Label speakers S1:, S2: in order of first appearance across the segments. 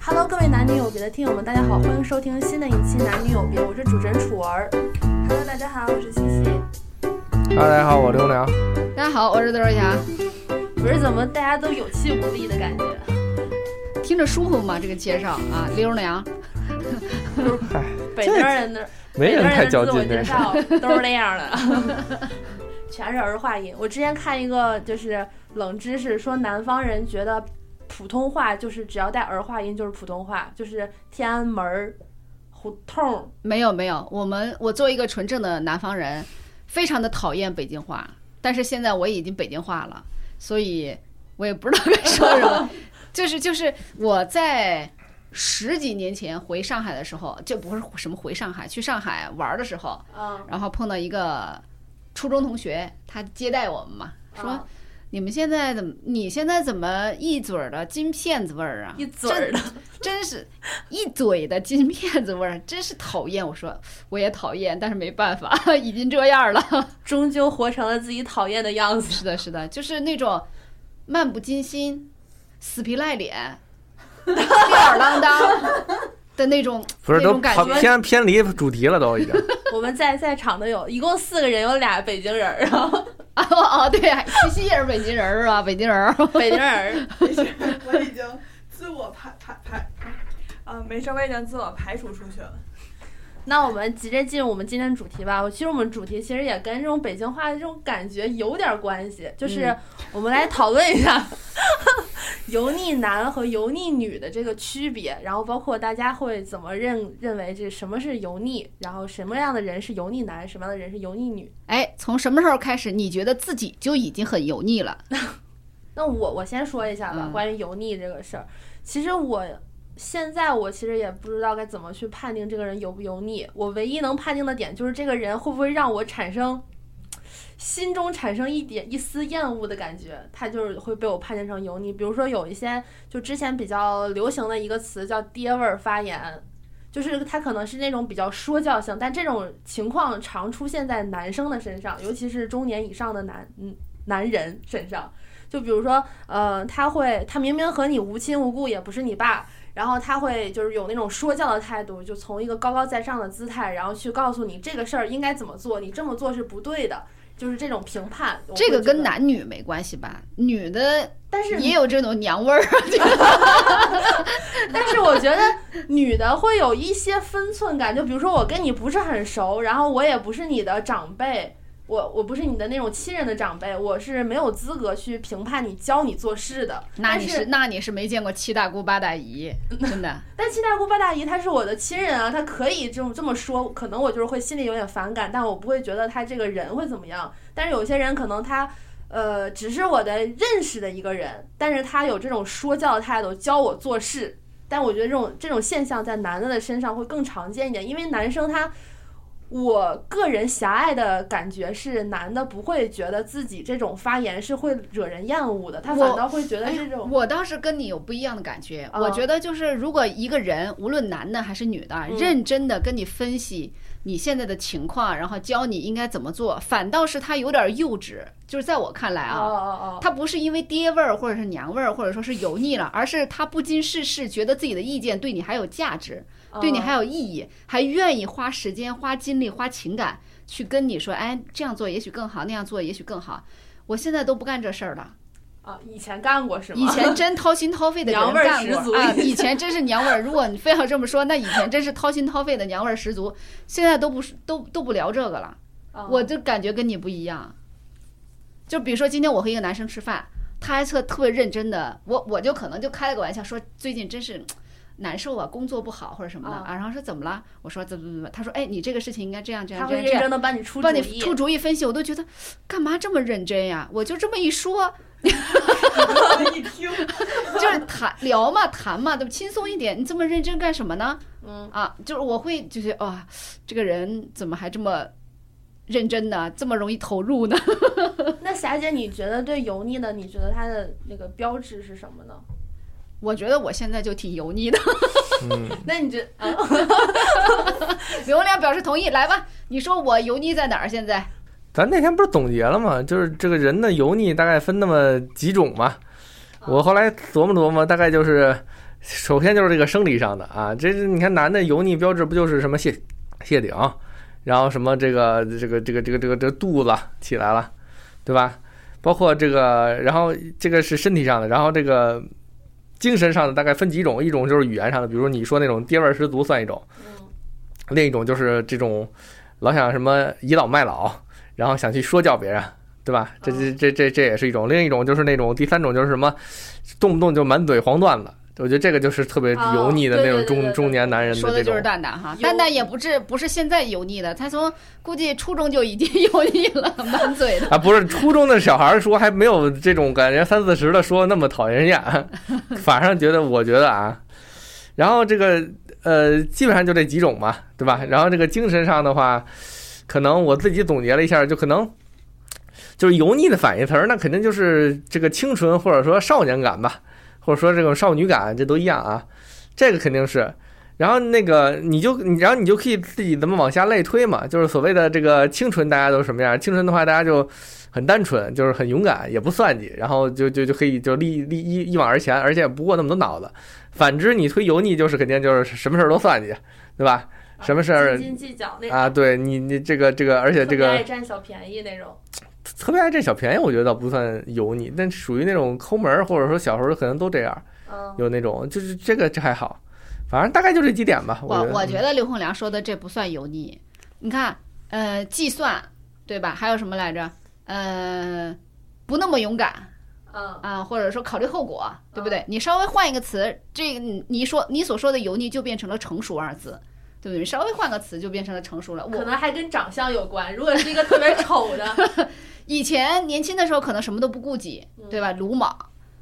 S1: Hello，各位男女有别的听友们，大家好，欢迎收听新的一期《男女有别》，我是主持人楚儿。
S2: Hello，大家好，我是西西。
S3: 哈，大家好，我刘良。
S4: 大家好，我是德瑞霞。
S1: 不是怎么大家都有气无力的感觉？
S4: 听着舒服吗？这个介绍啊，溜娘。
S1: 北京人的
S3: 没人太较劲
S1: 北京
S3: 这
S1: 人的
S3: 事
S1: 自我 介绍都是那样的， 全是儿化音。我之前看一个就是冷知识，说南方人觉得普通话就是只要带儿化音就是普通话，就是天安门儿、胡同儿。
S4: 没有没有，我们我作为一个纯正的南方人，非常的讨厌北京话，但是现在我已经北京话了，所以我也不知道该说什么。就是就是我在十几年前回上海的时候，就不是什么回上海，去上海玩儿的时候，
S1: 嗯，
S4: 然后碰到一个初中同学，他接待我们嘛，说
S1: 啊
S4: 你们现在怎么你现在怎么一嘴儿的金片子味儿啊？
S1: 一嘴儿的，
S4: 真是一嘴的金片子味儿，真是讨厌。我说我也讨厌，但是没办法， 已经这样了。
S1: 终究活成了自己讨厌的样子。
S4: 是的，是的，就是那种漫不经心、死皮赖脸、吊儿郎当的那种，
S3: 不是
S4: 那
S3: 都
S4: 种感
S3: 跑
S4: 觉。
S3: 偏偏离主题了，都已经。
S1: 我们在在场的有一共四个人，有俩北京人儿，然后
S4: 啊哦哦，对啊，西西也是北京人是吧？北京人儿，
S1: 北京人儿
S2: 我已经自我排排排，啊，没事，我已经自我排除出去了。
S1: 那我们直接进入我们今天的主题吧。我其实我们主题其实也跟这种北京话的这种感觉有点关系，就是
S4: 嗯
S1: 我们来讨论一下 油腻男和油腻女的这个区别，然后包括大家会怎么认认为这什么是油腻，然后什么样的人是油腻男，什么样的人是油腻女。
S4: 哎，从什么时候开始你觉得自己就已经很油腻了？
S1: 那我我先说一下吧，
S4: 嗯
S1: 关于油腻这个事儿，其实我。现在我其实也不知道该怎么去判定这个人油不油腻。我唯一能判定的点就是这个人会不会让我产生心中产生一点一丝厌恶的感觉，他就是会被我判定成油腻。比如说有一些就之前比较流行的一个词叫“爹味儿发言”，就是他可能是那种比较说教性，但这种情况常出现在男生的身上，尤其是中年以上的男嗯男人身上。就比如说，呃，他会，他明明和你无亲无故，也不是你爸，然后他会就是有那种说教的态度，就从一个高高在上的姿态，然后去告诉你这个事儿应该怎么做，你这么做是不对的，就是这种评判。我会
S4: 这个
S1: 觉
S4: 跟
S1: 得，
S4: 男女没关系吧？女的
S1: 但是
S4: 也有这种娘味儿。
S1: 但是我觉得女的会有一些分寸感，就比如说我跟你不是很熟，然后我也不是你的长辈，我我不是你的那种亲人的长辈，我是没有资格去评判你教你做事的。
S4: 那
S1: 但
S4: 你
S1: 是
S4: 是那你是没见过七大姑八大姨，真的。
S1: 但七大姑八大姨她是我的亲人啊，她可以这么这么说，可能我就是会心里有点反感，但我不会觉得她这个人会怎么样。但是有些人可能他，呃，只是我的认识的一个人，但是他有这种说教的态度，教我做事。但我觉得这种这种现象在男的的身上会更常见一点，因为男生他，我个人狭隘的感觉是，男的不会觉得自己这种发言是会惹人厌恶的，他
S4: 我
S1: 反倒会觉得
S4: 哎
S1: 这
S4: 呀
S1: 种，
S4: 我倒是跟你有不一样的感觉。
S1: 啊
S4: 我觉得就是，如果一个人无论男的还是女的啊，
S1: 嗯
S4: 认真的跟你分析你现在的情况，然后教你应该怎么做，反倒是他有点幼稚。就是在我看来
S1: 哦
S4: 啊，
S1: 哦哦，
S4: 他不是因为爹味儿或者是娘味儿，或者说是油腻了，而是他不经世事，觉得自己的意见对你还有价值。
S1: 哦
S4: 对你还有意义，还愿意花时间、花精力、花情感去跟你说，哎，这样做也许更好，那样做也许更好。我现在都不干这事儿了，
S1: 啊，以前干过是吗？
S4: 以前真掏心掏肺的
S1: 娘
S4: 人
S1: 味儿
S4: 干
S1: 十足
S4: 过啊，以前真是娘味儿。如果你非要这么说，那以前真是掏心掏肺的娘味儿十足。现在都不是都都不聊这个了，
S1: 啊
S4: 我就感觉跟你不一样。就比如说今天我和一个男生吃饭，他还特特别认真的，我我就可能就开了个玩笑说最近真是难受啊，工作不好或者什么的
S1: 啊
S4: 啊，然后说怎么了？我说怎么怎么，怎么，他说哎你这个事情应该这样这
S1: 他
S4: 样这
S1: 会
S4: 样这
S1: 认
S4: 样，
S1: 真的帮你出主
S4: 帮你
S1: 意。
S4: 出主意分析，我都觉得干嘛这么认真呀？我就这么一说，
S2: 一听，
S4: 就是谈聊嘛谈嘛，对不轻松一点，你这么认真干什么呢？
S1: 嗯，
S4: 啊，就是我会就觉得哇，这个人怎么还这么认真呢？这么容易投入呢？
S1: 那霞姐，你觉得对油腻的，你觉得它的那个标志是什么呢？
S4: 我觉得我现在就挺油腻的。
S3: 嗯，
S1: 那你觉啊，
S4: 刘亮表示同意，来吧，你说我油腻在哪儿？现在
S3: 咱那天不是总结了吗？就是这个人的油腻大概分那么几种嘛。我后来琢磨琢磨，大概就是首先就是这个生理上的啊，这是你看男的油腻标志不就是什么谢谢顶，然后什么这个这个这个这个这个这个肚子起来了，对吧？包括这个，然后这个是身体上的，然后这个精神上的大概分几种，一种就是语言上的，比如说你说那种爹味儿十足算一种，
S1: 嗯，
S3: 另一种就是这种老想什么倚老卖老，然后想去说教别人，对吧？这这
S1: 嗯
S3: 这这这也是一种。另一种就是那种第三种就是什么，动不动就满嘴黄段子。我觉得这个就是特别油腻的
S1: 哦
S3: 那
S1: 对对对
S3: 种中
S1: 对对
S3: 中年男人
S4: 说
S3: 的
S4: 的
S3: 这
S4: 就
S3: 种
S4: 是。蛋蛋哈，
S1: 油
S4: 蛋蛋也不是不是现在油腻的，他从估计初中就已经 油腻了，满嘴的。
S3: 啊，不是初中的小孩儿说还没有这种感 觉，三四十的说那么讨人厌，反正觉得我觉得啊，然后这个呃，基本上就这几种嘛，对吧？然后这个精神上的话，可能我自己总结了一下，就可能就是油腻的反义词儿，那肯定就是这个清纯或者说少年感吧，或者说这种少女感，这都一样啊，这个肯定是。然后那个你就你，然后你就可以自己怎么往下类推嘛，就是所谓的这个清纯，大家都是什么样？清纯的话，大家就很单纯，就是很勇敢，也不算计，然后就就就可以就立立一一往而前，而且不过那么多脑子。反之，你推油腻就是肯定就是什么事儿都算计，对吧？什么事儿
S1: 斤斤计较那
S3: 啊？对你你这个这个，而且
S1: 特
S3: 这
S1: 别
S3: 个
S1: 爱占小便宜那种，
S3: 特别爱占小便宜，我觉得倒不算油腻，但属于那种抠门儿，或者说小时候可能都这样，
S1: 嗯，
S3: 有那种就是这个这还好，反正大概就这几点吧。
S4: 我
S3: 觉得，嗯
S4: 我觉得刘洪良说的这不算油腻，你看，呃，计算对吧？还有什么来着？呃，不那么勇敢
S1: 嗯，
S4: 啊，或者说考虑后果，对不对？你稍微换一个词，这个你你说你所说的油腻就变成了成熟二字，对不对？你稍微换个词就变成了成熟了。我
S1: 可能还跟长相有关。如果是一个特别丑 的，
S4: 以前年轻的时候可能什么都不顾忌
S1: 嗯，
S4: 对吧？鲁莽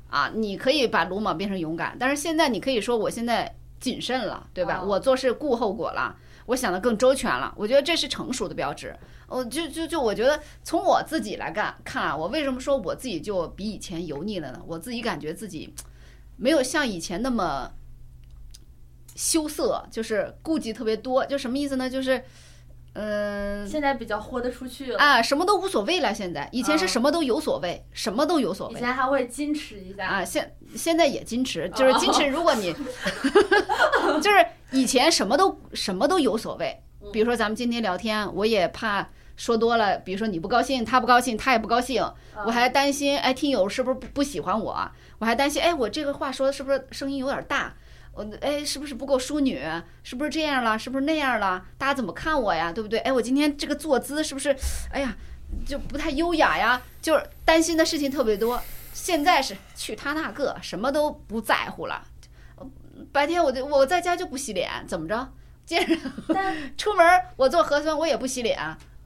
S4: 啊，你可以把鲁莽变成勇敢，但是现在你可以说我现在谨慎了，对吧？
S1: 哦
S4: 我做事顾后果了。我想的更周全了，我觉得这是成熟的标志。我就就就我觉得从我自己来干看啊，我为什么说我自己就比以前油腻了呢？我自己感觉自己没有像以前那么羞涩，就是顾忌特别多。就什么意思呢？就是嗯、
S1: 现在比较豁得出去了，
S4: 啊，什么都无所谓了。现在以前是
S1: 啊
S4: 什么都有所谓，什么都有所
S1: 以
S4: 谓
S1: 前还会矜持一下，
S4: 啊。现现在也矜持，就是矜持。如果你就是以前什么都什么都有所谓，比如说咱们今天聊天，我也怕。说多了，比如说你不高兴，他不高兴，他也不高兴，
S1: 嗯
S4: 我还担心，哎，听友是不是不不喜欢我？我还担心，哎，我这个话说的是不是声音有点大？我哎，是不是不够淑女？是不是这样了？是不是那样了？大家怎么看我呀？对不对？哎，我今天这个坐姿是不是？哎呀，就不太优雅呀，就是担心的事情特别多。现在是去他那个，什么都不在乎了。白天我就我在家就不洗脸，怎么着？见人
S1: 但
S4: 出门我做核酸我也不洗脸，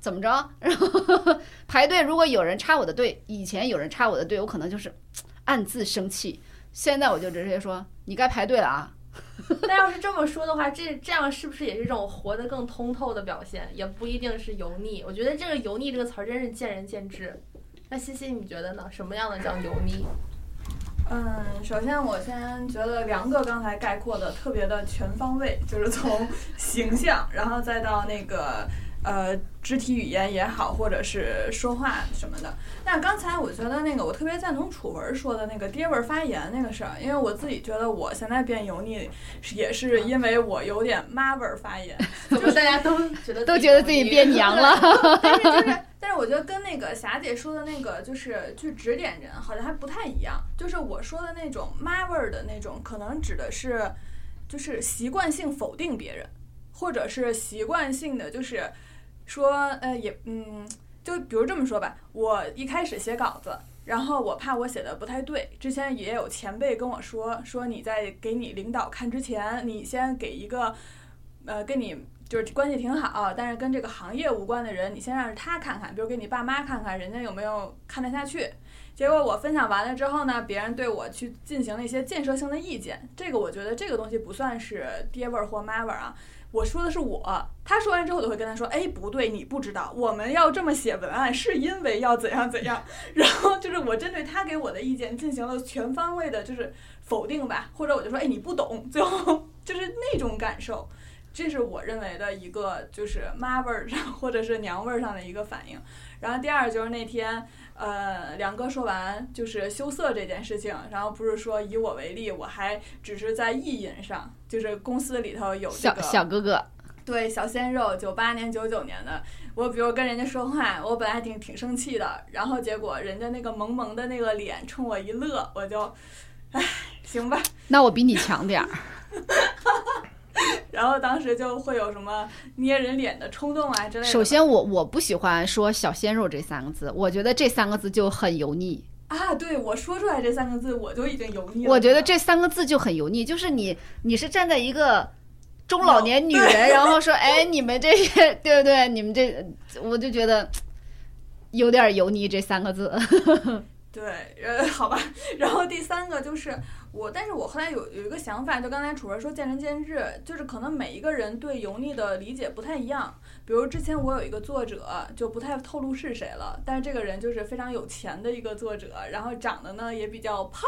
S4: 怎么着？然后排队如果有人插我的队，以前有人插我的队，我可能就是暗自生气。现在我就直接说你该排队了啊！
S1: 但要是这么说的话，这这样是不是也是一种活得更通透的表现？也不一定是油腻。我觉得这个“油腻”这个词儿真是见仁见智。那欣欣，你觉得呢？什么样的叫油腻？
S2: 嗯，首先我先觉得梁哥刚才概括的特别的全方位，就是从形象，然后再到那个呃肢体语言也好，或者是说话什么的。那刚才我觉得那个我特别赞同楚文说的那个爹味儿发言那个事儿，因为我自己觉得我现在变油腻，是也是因为我有点妈味儿发言。
S1: 怎么大家都觉得
S4: 都觉得自己变娘了，
S2: 但是就是，但是我觉得跟那个霞姐说的那个，就是去指点人，好像还不太一样。就是我说的那种妈味儿的那种，可能指的是，就是习惯性否定别人，或者是习惯性的就是说，呃，也嗯，就比如这么说吧，我一开始写稿子。然后我怕我写的不太对，之前也有前辈跟我说，说你在给你领导看之前，你先给一个，呃，跟你就是关系挺好，但是跟这个行业无关的人，你先让他看看，比如给你爸妈看看，人家有没有看得下去。结果我分享完了之后呢，别人对我去进行了一些建设性的意见，这个我觉得这个东西不算是爹味儿或妈味儿啊。我说的是我，他说完之后，我就会跟他说，哎，不对，你不知道，我们要这么写文案是因为要怎样怎样。 然后就是我针对他给我的意见进行了全方位的，就是否定吧，或者我就说，哎，你不懂，最后就是那种感受。这是我认为的一个就是妈味儿上或者是娘味儿上的一个反应。然后第二就是那天，呃，梁哥说完就是羞涩这件事情，然后不是说以我为例，我还只是在意淫上，就是公司里头有这
S4: 小
S2: 个
S4: 小哥哥，
S2: 对小鲜肉，九八年、九九年的，我比如跟人家说话，我本来挺挺生气的，然后结果人家那个萌萌的那个脸冲我一乐，我就，唉，行吧。
S4: 那我比你强点儿。
S2: 然后当时就会有什么捏人脸的冲动啊之类的。
S4: 首先我，我不喜欢说“小鲜肉”这三个字，我觉得这三个字就很油腻。
S2: 啊，对我说出来这三个字，我就已经油腻了。
S4: 我觉得这三个字就很油腻，就是你你是站在一个中老年女人， 然后说，哎，你们这些对不对？你们这，我就觉得有点油腻这三个字。
S2: 对，呃，好吧。然后第三个就是我，但是我后来有有一个想法，就刚才楚儿说见仁见智，就是可能每一个人对油腻的理解不太一样。比如之前我有一个作者，就不太透露是谁了，但是这个人就是非常有钱的一个作者，然后长得呢也比较胖，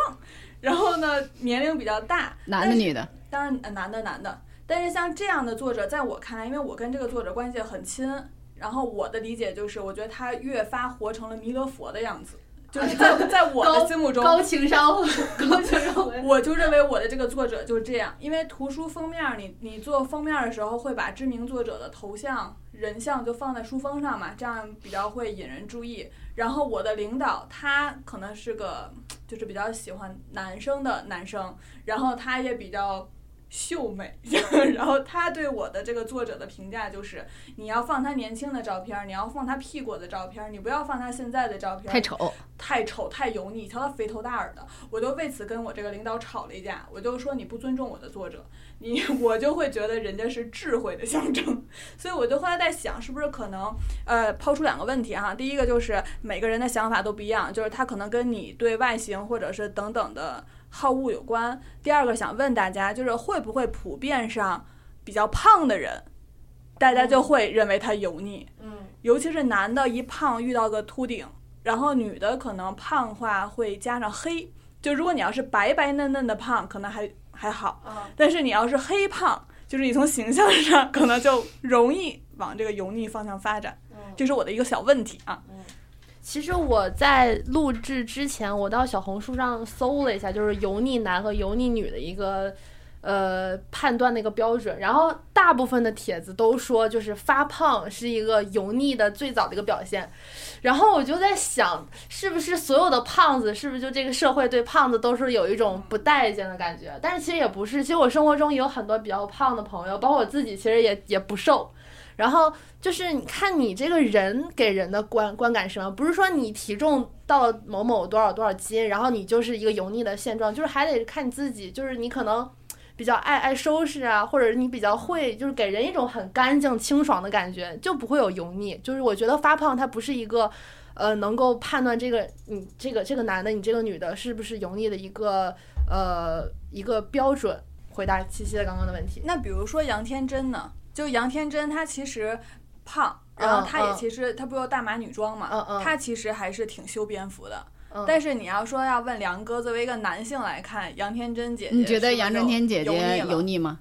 S2: 然后呢年龄比较大，
S4: 男的女的，
S2: 当然呃男的男的，但是像这样的作者，在我看来，因为我跟这个作者关系很亲，然后我的理解就是，我觉得他越发活成了弥勒佛的样子，就是在在我的心目中，
S1: 高情商，高情商文。
S2: 我就认为我的这个作者就是这样，因为图书封面儿你你做封面儿的时候会把知名作者的头像、人像就放在书封上嘛，这样比较会引人注意。然后我的领导他可能是个就是比较喜欢男生的男生，然后他也比较。秀美， 然后他对我的这个作者的评价就是：你要放他年轻的照片儿，你要放他屁股的照片儿，你不要放他现在的照片儿，
S4: 太丑。
S2: 太丑太油腻，瞧他肥头大耳的，我就为此跟我这个领导吵了一架，我就说你不尊重我的作者，你 我就会觉得人家是智慧的象征， 所以我就后来在想，是不是可能呃抛出两个问题哈，第一个就是每个人的想法都不一样，就是他可能跟你对外形或者是等等的好恶有关。第二个想问大家，就是会不会普遍上比较胖的人，大家就会认为他油腻？
S1: 嗯，
S2: 尤其是男的一胖遇到个秃顶，然后女的可能胖话会加上黑，就如果你要是白白嫩嫩的胖，可能还还好，
S1: 嗯
S2: 但是你要是黑胖，就是你从形象上可能就容易往这个油腻方向发展，
S1: 嗯
S2: 这是我的一个小问题啊。
S1: 其实我在录制之前，我到小红书上搜了一下，就是油腻男和油腻女的一个呃判断的一个标准。然后大部分的帖子都说，就是发胖是一个油腻的最早的一个表现。然后我就在想，是不是所有的胖子，是不是就这个社会对胖子都是有一种不待见的感觉？但是其实也不是，其实我生活中也有很多比较胖的朋友，包括我自己，其实也也不瘦。然后就是你看你这个人给人的观观感是什么？不是说你体重到某某多少多少斤，然后你就是一个油腻的现状，就是还得看你自己，就是你可能比较爱爱收拾啊，或者你比较会，就是给人一种很干净清爽的感觉，就不会有油腻。就是我觉得发胖它不是一个。呃，能够判断这个你这个这个男的，你这个女的是不是油腻的一个呃一个标准？回答七七的刚刚的问题。
S2: 那比如说杨天真呢，就杨天真她其实胖，然后她也其实她不有大码女装嘛，
S1: 嗯嗯
S2: 她其实还是挺修边幅的。
S1: 嗯
S2: 但是你要说要问梁哥作为一个男性来看，杨天真姐姐，
S4: 你觉得杨振天姐姐油
S2: 腻
S4: 腻吗？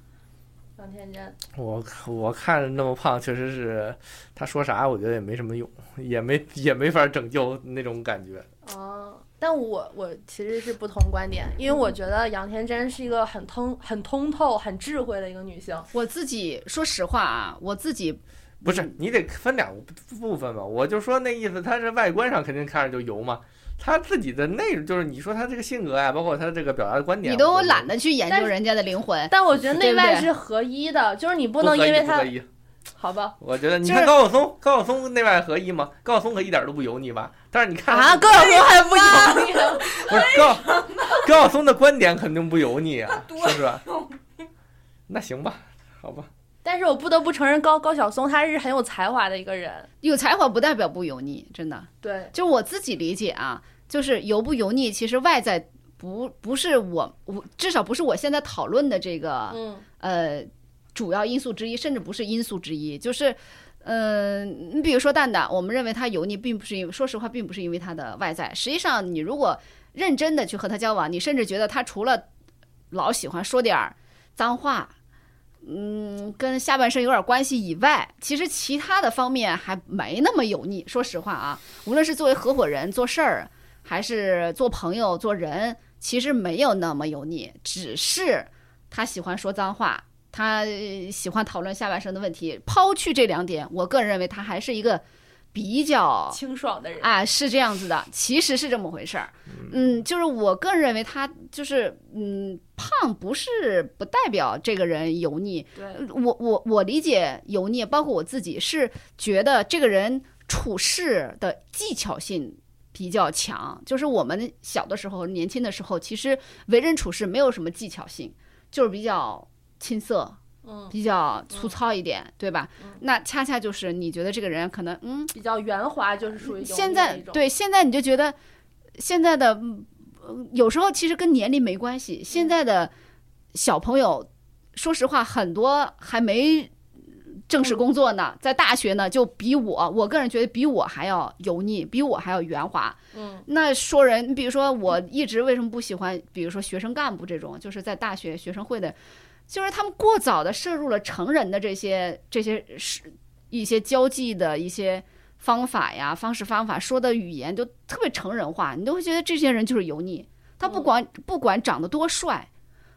S1: 张天真，
S3: 我我看着那么胖，确实是他说啥，我觉得也没什么用，也没也没法拯救那种感觉。
S1: 哦，但我我其实是不同观点，因为我觉得杨天真是一个很通、很通透、很智慧的一个女性。
S4: 我自己说实话啊，我自己
S3: 不是，你得分两部分吧。我就说那意思，他是外观上肯定看着就油嘛，他自己的内容就是你说他这个性格呀、包括他这个表达的观点，
S4: 你都
S3: 我觉得
S4: 懒得去研
S1: 但
S4: 究
S1: 是
S4: 人家的灵魂。
S1: 但我觉得内
S4: 对
S1: 外
S4: 不对
S1: 是合一的，就是你不
S3: 不
S1: 能
S3: 合
S1: 因
S3: 一
S1: 为
S3: 不合
S1: 她
S3: 一
S1: 好 吧
S3: 我觉得你
S1: 就
S3: 看
S1: 是
S3: 高晓松，高晓松内外合一嘛，高晓松可一点都不油腻吧？但是你看
S1: 啊，高晓松还不一样，
S3: 不是高高晓松的观点肯定不油腻啊，是
S2: 多
S3: 不是？那行吧，好吧，
S1: 但是我不得不承认高高晓松她是很有才华的一个人。
S4: 有才华不代表不油腻，真的。
S1: 对，
S4: 就我自己理解啊，就是油不油腻，其实外在不不是我我至少不是我现在讨论的这个
S1: 嗯
S4: 呃主要因素之一，甚至不是因素之一，就是。嗯，你比如说蛋蛋，我们认为他油腻，并不是因为，说实话，并不是因为他的外在。实际上，你如果认真的去和他交往，你甚至觉得他除了老喜欢说点儿脏话，嗯，跟下半身有点关系以外，其实其他的方面还没那么油腻。说实话啊，无论是作为合伙人做事儿，还是做朋友做人，其实没有那么油腻，只是他喜欢说脏话，他呃喜欢讨论下半身的问题。抛去这两点，我个人认为他还是一个比较
S1: 清爽的人，
S4: 啊，是这样子的，其实是这么回事儿。嗯，就是我个人认为他就是，嗯，胖不是不代表这个人油腻。
S1: 对，
S4: 我我我理解油腻，包括我自己是觉得这个人处事的技巧性比较强。就是我们小的时候、年轻的时候，其实为人处事没有什么技巧性，就是比较青涩，
S1: 嗯，
S4: 比较粗糙一点，对吧？那恰恰就是你觉得这个人可能，嗯，
S1: 比较圆滑，就是属于油腻
S4: 现
S1: 那
S4: 在
S1: 种，
S4: 对现在你就觉得现在的嗯呃有时候其实跟年龄没关系，现
S1: 嗯
S4: 在的小朋友，说实话很多还没正
S1: 嗯
S4: 式工作呢，在大学呢就比我，我个人觉得比我还要油腻，比我还要圆滑。
S1: 嗯，
S4: 那说人，你比如说我一直为什么不喜欢，比如说学生干部这种，就是在大学学生会的，就是他们过早的摄入了成人的这些这些是一些交际的一些方法呀、方式方法，说的语言就特别成人化，你都会觉得这些人就是油腻。他不管不管长得多帅，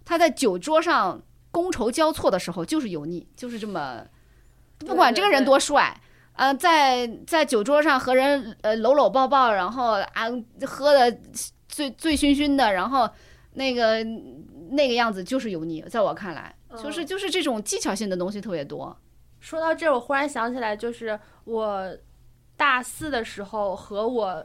S4: 他在酒桌上觥筹交错的时候就是油腻，就是这么，不管这个人多帅。呃，在在酒桌上和人呃搂搂抱抱，然后啊喝的醉醉醺醺的，然后那个那个样子就是油腻，在我看来，就是就是这种技巧性的东西特别多。
S1: 说到这儿，我忽然想起来，就是我大四的时候和我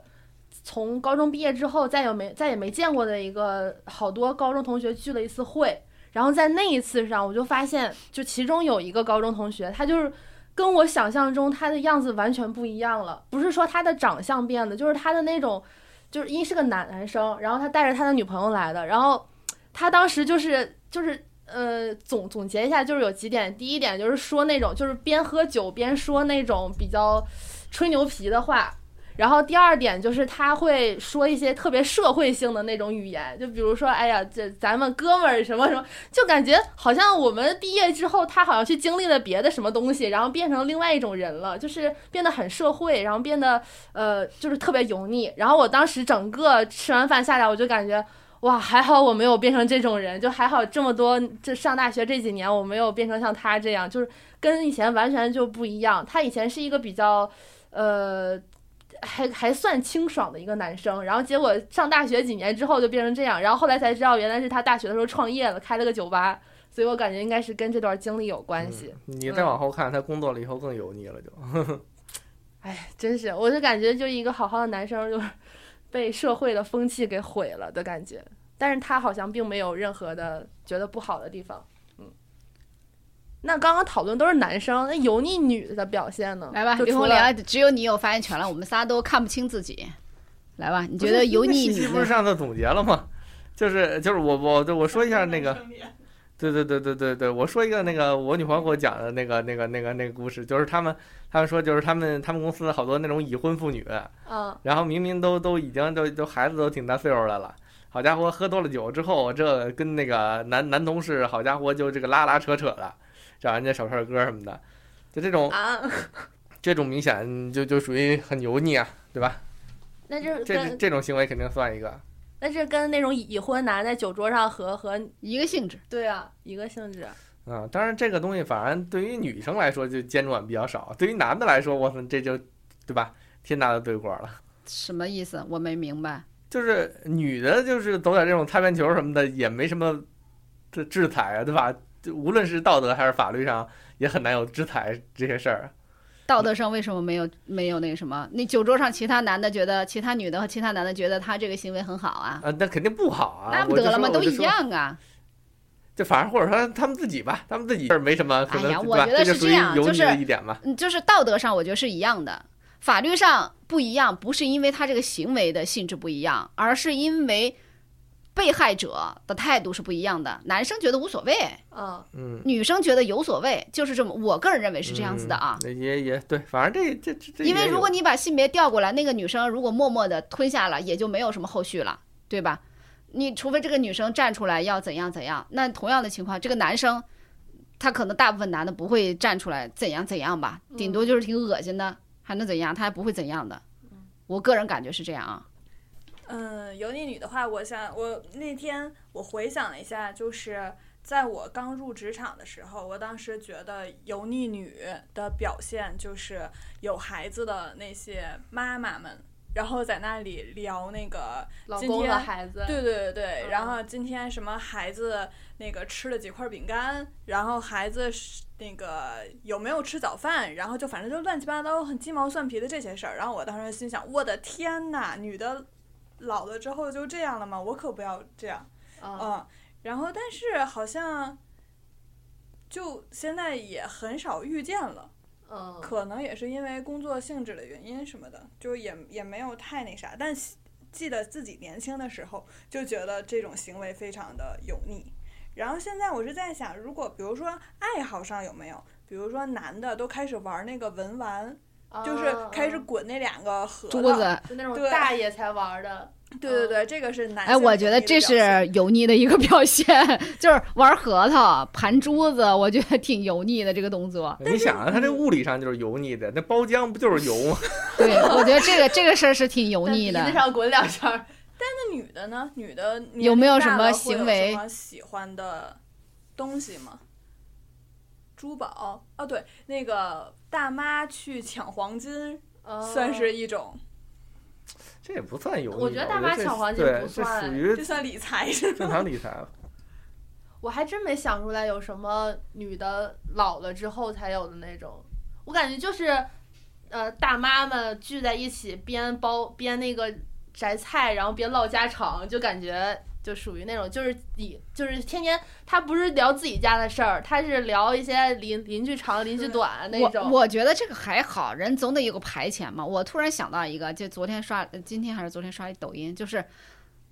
S1: 从高中毕业之后再也没再也没见过的一个好多高中同学聚了一次会，然后在那一次上，我就发现，就其中有一个高中同学，他就是。跟我想象中他的样子完全不一样了，不是说他的长相变了，就是他的那种，就是因为是个男男生，然后他带着他的女朋友来的，然后他当时就是就是呃，总总结一下，就是有几点。第一点就是说那种，就是边喝酒边说那种比较吹牛皮的话。然后第二点就是他会说一些特别社会性的那种语言，就比如说，哎呀，这咱们哥们儿什么什么，就感觉好像我们毕业之后，他好像去经历了别的什么东西，然后变成另外一种人了，就是变得很社会，然后变得呃，就是特别油腻。然后我当时整个吃完饭下来，我就感觉哇，还好我没有变成这种人，就还好这么多这上大学这几年我没有变成像他这样，就是跟以前完全就不一样。他以前是一个比较，呃，还 还算清爽的一个男生，然后结果上大学几年之后就变成这样，然后后来才知道原来是他大学的时候创业了，开了个酒吧，所以我感觉应该是跟这段经历有关系。
S3: 嗯你再往后看，他工作了以后更油腻了，就
S1: 哎，真是，我就感觉就一个好好的男生就是被社会的风气给毁了的感觉，但是他好像并没有任何的觉得不好的地方。嗯，那刚刚讨论都是男生，那油腻女的表现呢？
S4: 来吧，
S1: 嗯就
S4: 李
S1: 除
S4: 红
S1: 了
S4: 莲，只有你有发言权了，我们仨都看不清自己。来吧，你觉得油腻女
S3: 你不是
S4: 的
S3: 上次总结了吗？就是就是我我对我说一下那个，对对对对对对，我说一个那个我女朋友给我讲的那个那个那个那个故事，就是他们他们说就是他们他们公司好多那种已婚妇女，
S1: 嗯，
S3: 然后明明都都已经都都孩子都挺大岁数的了，好家伙，喝多了酒之后，这跟那个男男同事，好家伙就这个拉拉扯扯的，找人家小帅哥什么的，就这
S4: 哦
S3: 种
S1: 啊，
S3: 这种明显就就属于很油腻啊，对吧？
S1: 那这
S3: 这
S1: 跟
S3: 这种行为肯定算一个。
S1: 那这跟那种已婚男在酒桌上和和
S4: 一个性质？
S1: 对啊一个性质。
S3: 啊、当然这个东西反而对于女生来说就监管比较少，对于男的来说，我操，这就对吧？天大的对过了。
S4: 什么意思？我没明白。
S3: 就是女的，就是走点这种擦边球什么的，也没什么这制裁啊，对吧？就无论是道德还是法律上，也很难有制裁这些事儿。
S4: 道德上为什么没有没有那个什么？那酒桌上其他男的觉得，其他女的和其他男的觉得他这个行为很好啊，
S3: 啊，那肯定不好啊！
S4: 那不
S3: 我就
S4: 得了
S3: 说
S4: 吗？
S3: 我
S4: 都
S3: 就
S4: 一
S3: 说
S4: 样啊。
S3: 就反而或者说他们自己吧，他们自己事儿没什么，可
S4: 哎
S3: 能
S4: 呀
S3: 对
S4: 我
S3: 吧？
S4: 觉得
S3: 这就是属
S4: 这
S3: 于
S4: 样
S3: 油
S4: 就
S3: 腻
S4: 是
S3: 的一点嘛。
S4: 嗯，就是道德上我觉得是一样的，法律上不一样，不是因为他这个行为的性质不一样，而是因为被害者的态度是不一样的。男生觉得无所谓，
S1: 嗯，
S3: 嗯，
S4: 女生觉得有所谓，就是这么。我个人认为是这样子的啊。
S3: 嗯也也对，反正这这这这也有，
S4: 因为如果你把性别调过来，那个女生如果默默的吞下了，也就没有什么后续了，对吧？你除非这个女生站出来要怎样怎样，那同样的情况，这个男生他可能大部分男的不会站出来怎样怎样吧，顶多就是挺恶心的，还能怎样？他还不会怎样的。我个人感觉是这样啊，
S2: 嗯，油腻女的话，我想我那天我回想了一下，就是在我刚入职场的时候，我当时觉得油腻女的表现就是有孩子的那些妈妈们，然后在那里聊那个
S1: 老
S2: 今
S1: 公
S2: 天
S1: 和孩子，
S2: 对对对对，
S1: 嗯
S2: 然后今天什么孩子那个吃了几块饼干，然后孩子是那个有没有吃早饭，然后就反正就乱七八糟很鸡毛蒜皮的这些事儿。然后我当时心想，我的天呐，女的老了之后就这样了吗？我可不要这样。
S1: 啊，
S2: 嗯，然后但是好像就现在也很少遇见了，
S1: 嗯，
S2: 可能也是因为工作性质的原因什么的，就也也没有太那啥。但喜记得自己年轻的时候就觉得这种行为非常的油腻。然后现在我是在想，如果比如说爱好上有没有，比如说男的都开始玩那个文玩，就是开始
S1: 啊
S2: 滚那两个核
S4: 桌
S2: 桃。
S4: 嗯子。嗯
S1: 就那种
S2: 对
S1: 大爷才玩的，
S2: 对对对，这个是男性
S4: 哎，
S2: 油
S4: 我
S2: 腻的表现。
S4: 觉得这是油腻的一个表现，就是玩核桃、盘珠子，我觉得挺油腻的这个动作。
S3: 你想啊，它这物理上就是油腻的，那包浆不就是油吗？
S4: 对，我觉得这个这个事儿是挺油
S1: 在
S4: 腻
S1: 鼻
S4: 的
S1: 子。上滚两圈儿，
S2: 那女的呢？女的年
S4: 有没有
S2: 龄大
S4: 什么
S2: 了会
S4: 行
S2: 有
S4: 为
S2: 什么喜欢的东西吗？珠宝哦，对，那个大妈去抢黄金，
S1: 哦
S2: 算是一种，
S3: 这也不算油腻吧。啊
S1: 我觉得大妈
S3: 这
S1: 抢黄金
S3: 对
S1: 不，
S3: 这
S1: 算
S3: 属
S2: 这
S3: 于
S2: 算理财是
S3: 正
S2: 吗？
S3: 常理财了。
S1: 我还真没想出来有什么女的老了之后才有的那种，我感觉就是，呃，大妈们聚在一起边包边那个摘菜，然后边唠家常，就感觉就属于那种，就是你就是天天她不是聊自己家的事儿，她是聊一些邻邻居长邻居短那
S4: 我
S1: 种。
S4: 我觉得这个还好，人总得有个排遣嘛。我突然想到一个，就昨天刷，呃今天还是昨天刷一抖音，就是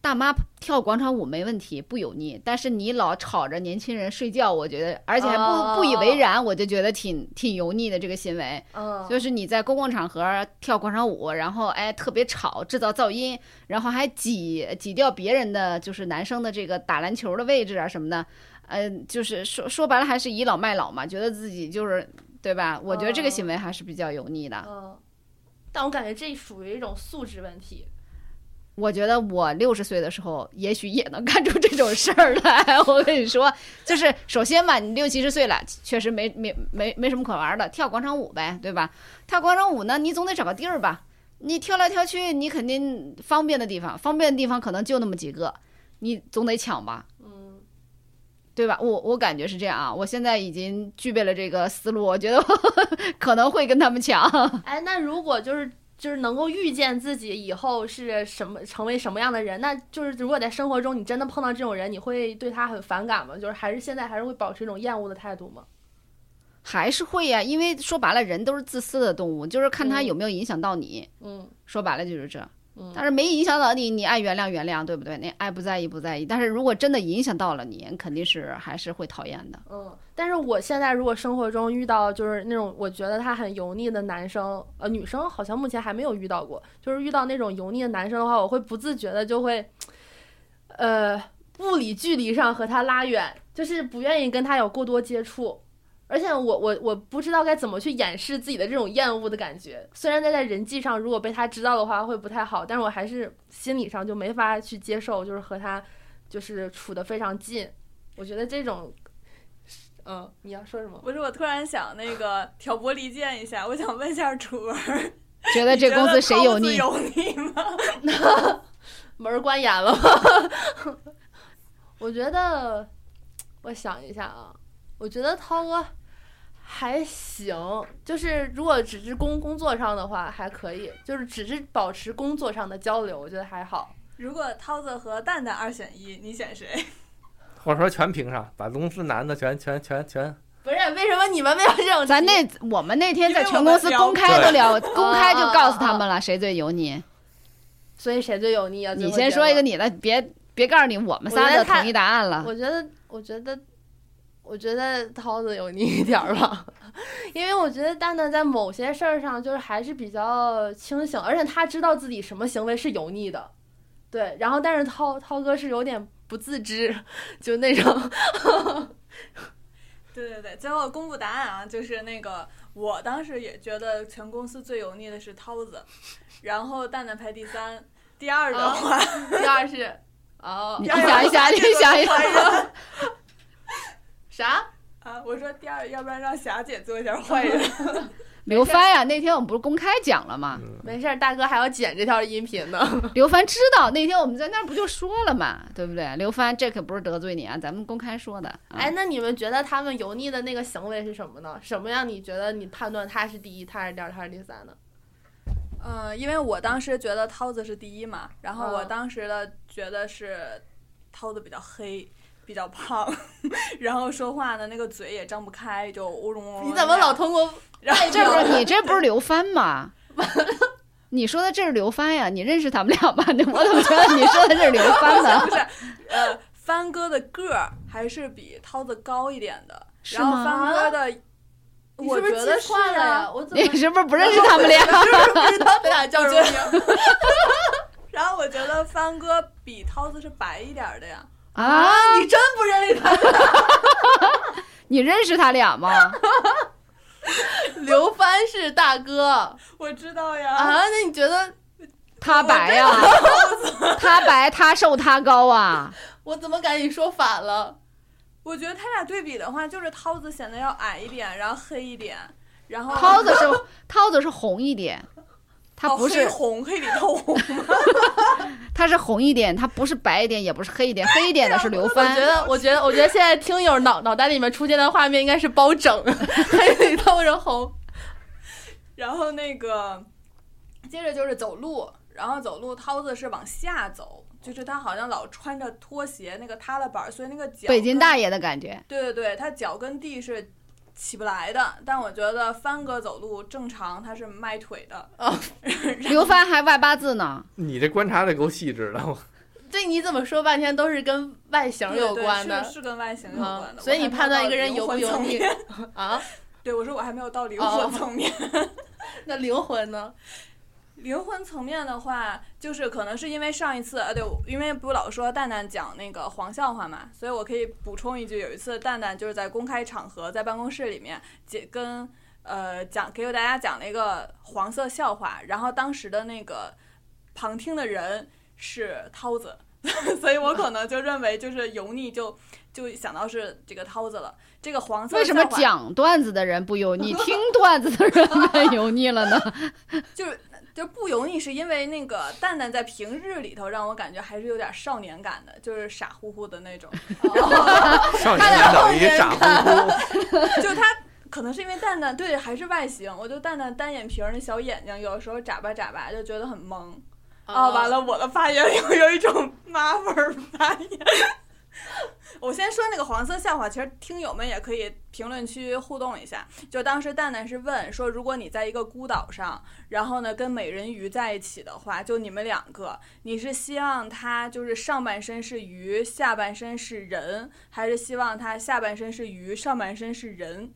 S4: 大妈跳广场舞没问题，不油腻，但是你老吵着年轻人睡觉，我觉得而且还不、
S1: 哦
S4: 不以为然，我就觉得挺挺油腻的这个行为。
S1: 嗯，
S4: 就是你在公共场合跳广场舞，然后哎特别吵，制造噪音，然后还挤挤掉别人的就是男生的这个打篮球的位置啊什么的，呃，就是说说白了还是倚老卖老嘛，觉得自己就是对吧？我觉得这个行为还是比较油腻的。
S1: 嗯，但我感觉这属于一种素质问题。
S4: 我觉得我六十岁的时候，也许也能干出这种事儿来。我跟你说，就是首先吧，你六七十岁了，确实没没没没什么可玩的，跳广场舞呗，对吧？跳广场舞呢，你总得找个地儿吧。你跳来跳去，你肯定方便的地方，方便的地方可能就那么几个，你总得抢吧，
S1: 嗯，
S4: 对吧？我我感觉是这样啊，我现在已经具备了这个思路，我觉 得可能会跟他们抢。
S1: 哎，那如果就是就是能够预见自己以后是什么成为什么样的人，那就是如果在生活中你真的碰到这种人，你会对他很反感吗？就是还是现在还是会保持一种厌恶的态度吗？
S4: 还是会呀、因为说白了，人都是自私的动物，就是看他有没有影响到你。
S1: 嗯
S4: 说白了就是这
S1: 嗯。
S4: 但是没影响到你，你爱原谅原谅，对不对？你爱不在意不在意。但是如果真的影响到了你，肯定是还是会讨厌的。
S1: 嗯。但是我现在如果生活中遇到就是那种我觉得他很油腻的男生，呃，女生好像目前还没有遇到过。就是遇到那种油腻的男生的话，我会不自觉的就会，呃，物理距离上和他拉远，就是不愿意跟他有过多接触。而且我我我不知道该怎么去掩饰自己的这种厌恶的感觉。虽然在在人际上，如果被他知道的话会不太好，但是我还是心理上就没法去接受，就是和他就是处的非常近。我觉得这种，嗯，你要说什么？
S2: 不是，我突然想那个挑拨离间一下，我想问一下楚文儿，
S4: 觉得这公司谁
S2: 有
S4: 有腻？
S2: 油腻吗？
S1: 门儿关严了吗？ 我觉得，我想一下啊，我觉得涛哥还行，就是如果只是工工作上的话还可以，就是只是保持工作上的交流，我觉得还好。
S2: 如果涛子和蛋蛋二选一，你选谁？
S3: 或者说全评上，把公司男的全全全全，
S1: 不是为什么你们没有这种？
S4: 咱那我们那天在全公司公开都聊，啊公开就告诉他们了，谁最油腻。
S1: 所以谁最油腻啊？
S4: 你先说一个
S1: 你。
S4: 你的，别别告诉你我们仨的统一答案了。
S1: 我觉得，我觉得，我觉得涛子油腻一点儿吧， 因为我觉得蛋蛋在某些事儿上就是还是比较清醒，而且他知道自己什么行为是油腻的，对。然后，但是涛涛哥是有点不自知，就那种。
S2: 对对对，最后公布答案啊，就是那个我当时也觉得全公司最油腻的是涛子，然后蛋蛋排第三，第二的话，
S1: 第二是哦
S4: 你
S2: 第二的话
S4: 想一想，你
S2: 就是
S4: 想一
S2: 团
S4: 想，
S2: 人
S1: 啥？
S2: 啊，我说第二，要不然让霞姐做一下坏 人。
S4: 刘帆呀、那天我们不是公开讲了吗？
S1: 没事儿，大哥还要剪这条音频呢。
S4: 刘帆知道那天我们在那儿不就说了嘛，对不对？刘帆，这可不是得罪你啊，咱们公开说的。啊、
S1: 哎，，那你们觉得他们油腻的那个行为是什么呢？什么样你觉得你判断他是第一，他是第二，他是第三呢？
S2: 嗯，因为我当时觉得涛子是第一嘛，然后我
S1: 嗯
S2: 当时的觉得是涛子比较黑。比较胖， 然后说话呢，那个嘴也张不开，就乌隆乌隆。
S1: 你怎么老通过
S2: 然后
S4: 这不是你这不是刘帆吗？ 你说的这是刘帆呀？你认识他们俩 吗？你我怎么觉得你说的这是刘帆呢？
S2: 不是，呃，帆哥的个儿还是比涛子高一点的，
S4: 是
S2: 然后
S4: 吗？
S2: 帆哥的，
S1: 你
S2: 我
S1: 是不
S2: 觉
S1: 是
S2: 得
S1: 记串了呀？
S2: 啊，
S1: 我怎
S4: 你
S1: 么
S4: 是不是不认识他们俩？
S2: 不知道你俩
S1: 叫什么
S2: 么名。 然后我觉得帆哥比涛子是白一点儿的呀，
S4: 啊？
S1: 你真不认识他？
S4: 你认识他俩吗？
S1: 刘帆是大哥啊？
S2: 我知道呀。
S1: 那你觉得
S4: 他白呀、他白，他瘦，他高啊！
S1: 我怎么感觉你说反了？
S2: 我觉得他俩对比的话，就是涛子显得要矮一点，然后黑一点，然后
S4: 涛子是涛子是红一点，他
S2: 哦
S4: 不
S2: 黑
S4: 是，
S2: 红黑里透红，
S1: 哦
S4: 他是红一点，他不是白一点，也不是黑一点，黑一点的 是刘
S1: 我觉
S4: 帆。
S1: 得，我觉得，我觉得现在听友脑脑袋里面出现的画面应该是包拯， 黑里透着红。
S2: 然后那个接着就是走路，然后走路涛子是往下走，就是他好像老穿着拖鞋那个塌了板儿，所以那个脚
S4: 北京
S2: 跟
S4: 大爷的感觉，
S2: 对对对，他脚跟地是起不来的。但我觉得帆哥走路正常，他是迈腿的。
S4: 刘帆还外八字呢。
S3: 你这观察的够细致的， 我
S1: 这你怎么说半天都是跟外形
S2: 对
S1: 有
S2: 对
S1: 关的
S2: 是是跟外形有
S1: 啊
S2: 关的。？
S1: 所以你判断一个人油
S2: 有
S1: 不油腻啊？
S2: 对我说我还没有到灵
S1: 哦
S2: 魂层面。
S1: 那灵魂呢？
S2: 灵魂层面的话，就是可能是因为上一次，呃，对，我因为不老说蛋蛋讲那个黄笑话嘛，所以我可以补充一句，有一次蛋蛋就是在公开场合，在办公室里面解跟呃讲给大家讲了一个黄色笑话，然后当时的那个旁听的人是涛子， 所以我可能就认为就是油腻就就想到是这个涛子了，这个黄色
S4: 为什么
S2: 笑话
S4: 讲段子的人不油腻，听段子的人太油腻了 呢？
S2: 就是就是不油腻，是因为那个蛋蛋在平日里头让我感觉还是有点少年感的，就是傻乎乎的那种。然后
S3: 少年感等于傻乎乎。
S2: 就他可能是因为蛋蛋对还是外形，我就蛋蛋单眼皮儿那小眼睛，有时候眨巴眨巴就觉得很萌。
S1: 哦
S2: 啊、完了，我的发言有有一种妈味儿发 言。我先说那个黄色笑话，其实听友们也可以评论区互动一下。就当时蛋蛋是问说，如果你在一个孤岛上，然后呢跟美人鱼在一起的话，就你们两个，你是希望他就是上半身是鱼，下半身是人，还是希望他下半身是鱼，上半身是人？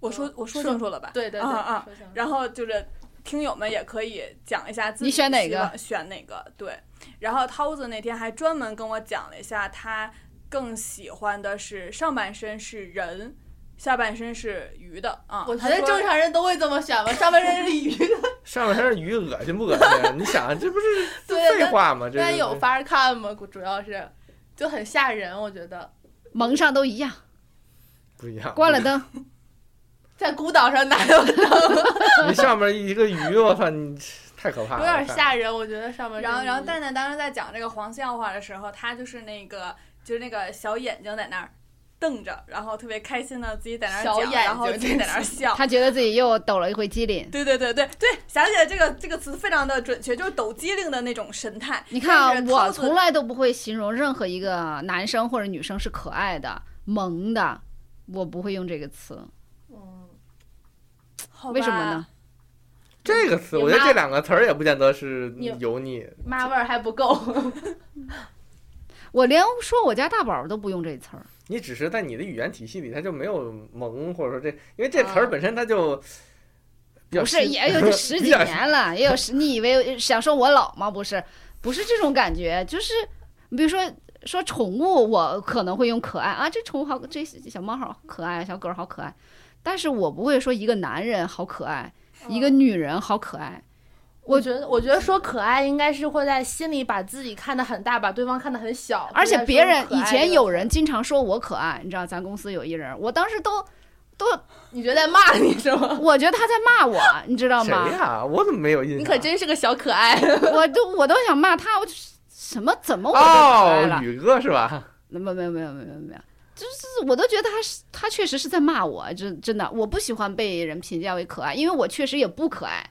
S2: 我说我说
S1: 说
S2: 清楚了吧？
S1: 呃对对对，
S2: 啊啊！
S1: 说清楚
S2: 然后就是听友们也可以讲一下自己
S4: 你选哪个
S2: 希望选哪个对。然后涛子那天还专门跟我讲了一下，他更喜欢的是上半身是人，下半身是鱼的啊。
S1: 我觉
S2: 他
S1: 得
S2: 说
S1: 正常人都会这么选吧，上半身是鱼，
S3: 上面还是鱼，恶心不恶心啊？你想，这不是
S1: 对
S3: 废
S1: 但
S3: 话吗？这
S1: 但
S3: 是
S1: 有法儿看吗？主要是就很吓人，我觉得
S4: 蒙上都一样，
S3: 不一样。
S4: 关了灯，
S1: 在孤岛上 哪有
S3: 你上面一个鱼，我操，你太可怕
S1: 有
S3: 了，
S1: 点吓人？啊我觉得上半身是鱼。
S2: 然后，然后蛋蛋当时在讲这个黄笑话的时候，他就是那个就是那个小眼睛在那儿瞪着，然后特别开心的自己在那儿
S1: 小
S2: 讲，
S1: 眼
S2: 然后
S1: 睛
S2: 自己在那儿笑。
S4: 他觉得自己又抖了一回机灵。
S2: 对对对对对，霞姐这个这个词非常的准确，就是抖机灵的那种神态。
S4: 你看啊
S2: 但，是涛
S4: 我
S2: 子
S4: 从来都不会形容任何一个男生或者女生是可爱的、萌的，我不会用这个词。
S1: 嗯，
S2: 好吧
S4: 为什么呢？？
S3: 这个词，
S1: 你
S3: 我觉得
S1: 妈
S3: 这两个词儿也不见得是
S1: 你
S3: 油腻。
S1: 妈味儿还不够。
S4: 我连说我家大宝都不用这词儿，
S3: 你只是在你的语言体系里，它就没有萌，或者说这，因为这词儿
S1: 啊
S3: 本身它就比较
S4: 不是
S3: 新
S4: 也 有十
S3: 比
S4: 几
S3: 较
S4: 年了，也有十。你以为想说我老吗？不是，不是这种感觉，就是比如说说宠物，我可能会用可爱啊，这宠物好，这小猫好可爱，小狗好可爱，但是我不会说一个男人好可爱，一
S1: 嗯
S4: 个女人好可爱。
S1: 我觉得，我觉得说可爱应该是会在心里把自己看得很大，把对方看得很小。
S4: 而且别人
S1: 所以
S4: 以
S1: 啊才说可爱
S4: 前
S1: 这个
S4: 有人经常说我可爱，你知道，咱公司有一人，我当时都都，
S1: 你觉得在骂你是 吗？
S4: 我觉得他在骂我，你知道
S3: 谁
S4: 吗？
S3: 呀？我怎么没有印象？啊
S1: 你可真是个小可爱。
S4: 我都我都想骂他，我就什么怎么我都可爱
S3: 哦
S4: 了，？
S3: 宇哥是吧？
S4: 没有没有没有没有没有，就是我都觉得他是他确实是在骂我，真真的，我不喜欢被人评价为可爱，因为我确实也不可爱。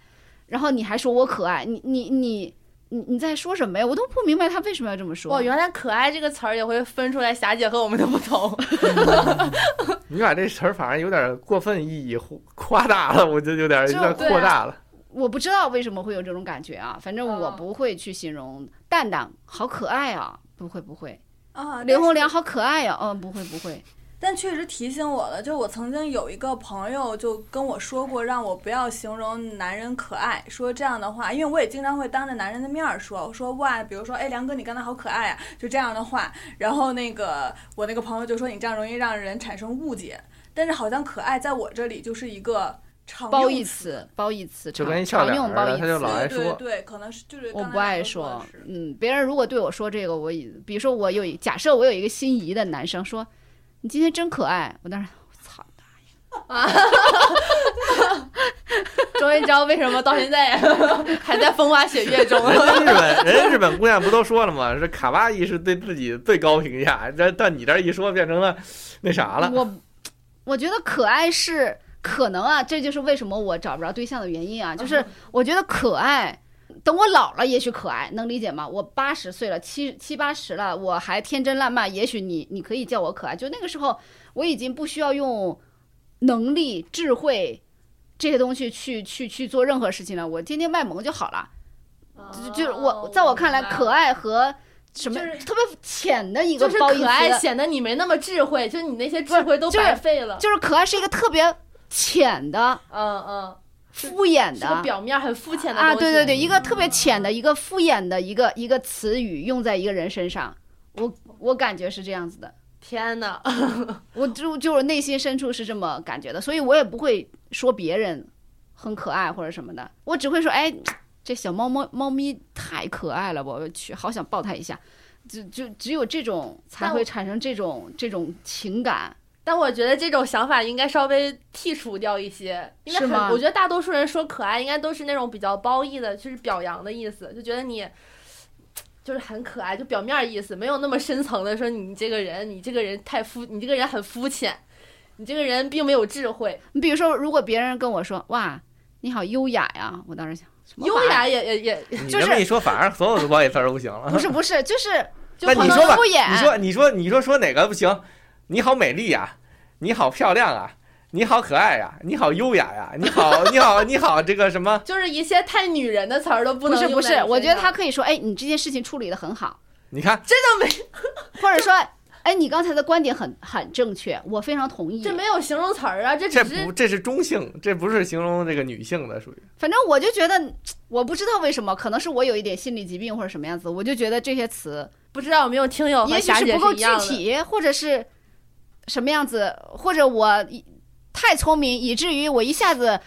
S4: 然后你还说我可爱，你你你你你在说什么呀？我都不明白他为什么要这么说。
S1: 哇，哦原来可爱这个词儿也会分出来霞姐和我们的不 同。
S3: 你把这词儿反而有点过分意义夸大了，我就有点有
S4: 就
S3: 点
S1: 对啊
S3: 扩大 了。
S4: 我不知道为什么会有这种感觉啊，反正我
S2: 嗯
S4: 不会去形容蛋蛋好可爱啊，不会不会，
S2: 啊，
S4: 刘
S2: 但
S4: 洪
S2: 是
S4: 良好可爱呀、嗯，不会不会，
S2: 但确实提醒我了，就我曾经有一个朋友就跟我说过，让我不要形容男人可爱，说这样的话，因为我也经常会当着男人的面儿说，我说哇，比如说哎，梁哥你刚才好可爱啊，就这样的话，然后那个我那个朋友就说你这样容易让人产生误解，但是好像可爱在我这里就是一个常
S4: 褒
S2: 用
S4: 义
S2: 词，
S4: 词，褒义词，
S3: 就
S4: 常
S3: 跟一笑
S4: 常
S3: 脸
S4: 用
S3: 儿
S4: 褒
S3: 的
S4: 义
S3: 他就
S4: 词。
S3: 老爱
S2: 对
S3: 说
S2: 对对，可能是就是
S4: 我
S2: 刚才
S4: 不爱
S2: 梁哥说的
S4: 说
S2: 是，
S4: 嗯，别人如果对我说这个，我也，比如说我有一假设我有一个心仪的男生说，你今天真可爱，我当时我操，
S1: 终于知道为什么到现在 还在风花雪 月中了。
S3: 人家日本人家日本姑娘不都说了吗？这卡哇伊是对自己最高评价，这到你这儿一说变成了那啥了。
S4: 我我觉得可爱是可能啊，这就是为什么我找不着对象的原因啊，
S2: 嗯
S4: 就是我觉得可爱。等我老了，也许可爱，能理解吗？我八十岁了，七七八十了，我还天真烂漫，也许你你可以叫我可爱。就那个时候，我已经不需要用能力、智慧这些东西去去去做任何事情了，我天天卖萌就好了。就就是我，在我看来，可爱和什么
S1: 哦就是
S4: 特别浅的一个
S1: 就是
S4: 褒义词
S1: 可爱显得你没那么智慧，就是你那些智慧都
S4: 不是就是
S1: 白费了。
S4: 就是可爱是一个特别浅的、
S1: 嗯嗯，
S4: 敷衍
S1: 是个
S4: 的
S1: 表面很肤浅的
S4: 啊，
S1: 东西嗯
S4: 对对对，一个特别浅的一个敷衍的一个一个词语用在一个人身上，我我感觉是这样子的，
S1: 天哪，
S4: 我就就是内心深处是这么感觉的，所以我也不会说别人很可爱或者什么的，我只会说哎，这小猫猫猫咪太可爱了，我去，好想抱它一下。就就只有这种才
S1: 但
S4: 会
S1: 我
S4: 产生这种这种情感，
S1: 但我觉得这种想法应该稍微剔除掉一些，应该
S4: 是
S1: 很
S4: 吗，
S1: 我觉得大多数人说可爱，应该都是那种比较褒义的，就是表扬的意思，就觉得你就是很可爱，就表面意思，没有那么深层的说你这个人，你这个人太肤，你这个人很肤浅，你这个人并没有智慧，
S4: 你比如说，如果别人跟我说：“哇，你好优雅呀！”我当时想，什么玩意
S1: 优
S4: 儿
S1: 雅也也也，
S3: 你
S4: 就
S3: 这么
S4: 是
S3: 一说，反而所有的褒义词儿都不行了
S4: 不。是不是，就是
S1: 就
S3: 那
S1: 好
S3: 哎你
S1: 像
S3: 说吧
S4: 敷，衍
S3: 你说你说你说说哪个不行？你好美丽呀、你好漂亮啊，你好可爱呀、你好优雅呀、你好你好你好这个什么？
S1: 就是一些太女人的词儿都不
S4: 不
S1: 能
S4: 是不
S1: 用在
S4: 是，
S1: 你
S4: 我
S1: 身
S4: 觉得
S1: 上
S4: 他可以说：“哎，你这件事情处理的很好。
S3: 你看”
S4: 或者说：“哎，你刚才的观点很很正确，我非常同意
S1: 这。没有形容词儿啊，这
S3: 这
S1: 只是
S3: 不这是中性，这不是形容这个女性的，属于”
S4: 反正我就觉得，我不知道为什么，可能是我有一点心理疾病或者什么样子，我就觉得这些词
S1: 不知道有没有听哦友和
S4: 也许
S1: 霞
S4: 是
S1: 姐
S4: 不够
S1: 一
S4: 具
S1: 样的。
S4: 体，或者是什么样子，或者我一太聪明，以至于我一下子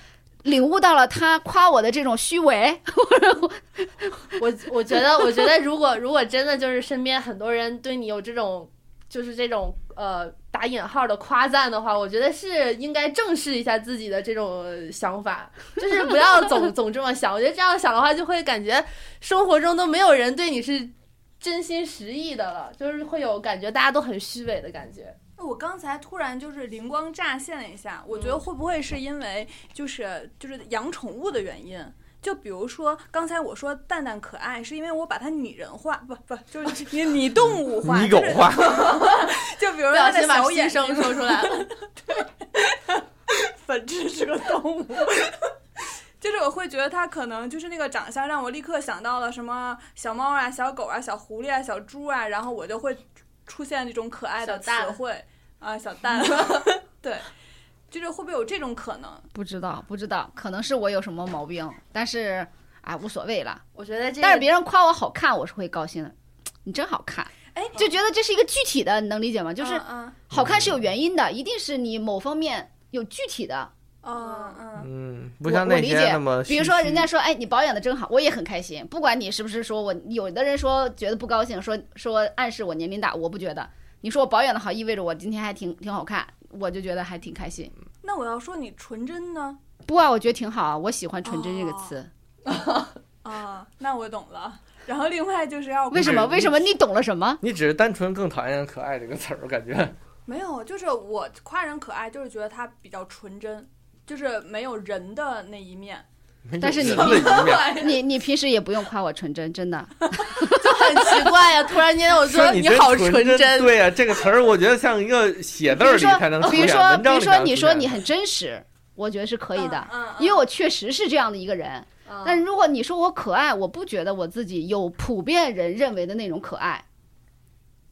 S4: 领悟到了他夸我的这种虚伪。
S1: 我我觉得，我觉得如果如果真的就是身边很多人对你有这种，就是这种呃打引号的夸赞的话，我觉得是应该正视一下自己的这种想法，就是不要 总总这么想。我觉得这样想的话，就会感觉生活中都没有人对你是真心实意的了，就是会有感觉大家都很虚伪的感觉。
S2: 那我刚才突然就是灵光乍现了一下，我
S1: 嗯
S2: 觉得会不会是因为就是就是养宠物的原因？就比如说刚才我说蛋蛋可爱，是因为我把它拟人化，不不， 就是你你动物化，
S3: 你狗
S2: 就是
S3: 话。
S2: 就比如
S1: 不
S2: 说
S1: 小
S2: 它的
S1: 心把
S2: 小眼
S1: 心声说出来了，
S2: 本质是个动物。 就是我会觉得它可能就是那个长相让我立刻想到了什么小猫啊、小狗啊、小狐狸啊、小猪啊，然后我就会出现这种可爱的
S1: 小
S2: 词
S1: 蛋
S2: 汇啊，小蛋， 对，就是会不会有这种可能？
S4: 不知道，不知道，可能是我有什么毛病，但是哎，无所谓了。
S1: 我觉得这
S4: 但是
S1: 个哦
S4: 别人夸我好看，我是会高兴的。你真好看，
S2: 哎，
S4: 就觉得这是一个具体的，你能理解吗？就是
S2: 嗯
S4: 好看是有原因的，一定是你某方面有具体的。
S2: 嗯嗯
S3: 嗯，不
S4: 我
S3: 像
S4: 我
S3: 那
S4: 理
S3: 些
S4: 解
S3: 那么虚
S4: 比
S3: 虚，
S4: 如说，人家说，哎，你保养的真好，我也很开心。不管你是不是说我，有的人说觉得不高兴，说说暗示我年龄大，我不觉得。你说我保养的好，意味着我今天还挺挺好看，我就觉得还挺开心。
S2: 嗯，那我要说你纯真呢？
S4: 不啊，我觉得挺好啊，我喜欢“纯真”这个词。
S2: 啊，那我懂了。然后另外就是要
S4: 为什么？为什么你懂了什么？
S3: 你只是单纯更讨厌“可爱”这个词儿，我感觉。
S2: 没有，就是我夸人可爱，就是觉得他比较纯真，就是没有人的那一面。
S4: 但是你
S3: 人的一面，
S4: 你你平时也不用夸我纯真，真的。
S1: 就很奇怪呀、突然间我觉
S3: 说
S1: 得
S3: 你
S1: 你好
S3: 纯
S1: 纯真，
S3: 对呀、这个词儿我觉得像一个写字
S4: 比
S3: 儿
S4: 如
S3: 里
S4: 说
S3: 才能，出
S4: 比如
S3: 现，
S4: 说，
S3: 文
S4: 比
S3: 章
S4: 如
S3: 里才
S4: 说，
S3: 能
S4: 你
S3: 出
S4: 说
S3: 现
S4: 你很真实，我觉得是可以的，
S2: 嗯，
S4: 因为
S2: 为
S4: 我确实是这样的一个人。
S1: 嗯
S4: 但是如果你说我可爱，我不觉得我自己有普遍人认为的那种可爱，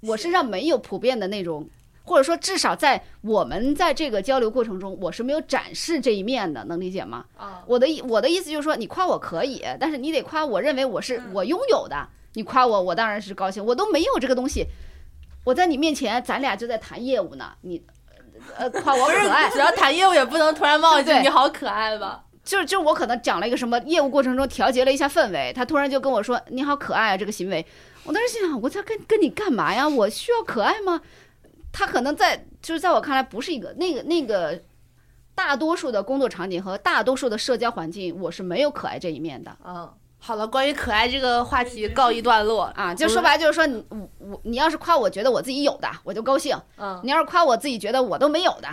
S4: 我身上没有普遍的那种，或者说至少在我们在这个交流过程中，我是没有展示这一面的，能理解吗？
S1: 啊，
S4: 我的意我的意思就是说，你夸我可以，但是你得夸我认为我是
S2: 嗯
S4: 我拥有的。你夸我，我当然是高兴，我都没有这个东西。我在你面前，咱俩就在谈业务呢，你呃夸我可爱，
S1: 只要谈业务也不能突然冒一句
S4: 对对
S1: 你好可爱吧？
S4: 就是就是我可能讲了一个什么业务过程中调节了一下氛围，他突然就跟我说你好可爱啊这个行为，我当时心想我在跟跟你干嘛呀？我需要可爱吗？他可能在就是在我看来不是一个那个那个大多数的工作场景和大多数的社交环境，我是没有可爱这一面的。
S1: 嗯，好了，关于可爱这个话题告一段落。
S4: 啊，就说白了就是说你我我你要是夸我觉得我自己有的，我就高兴；
S1: 嗯，
S4: 你要是夸我自己觉得我都没有的，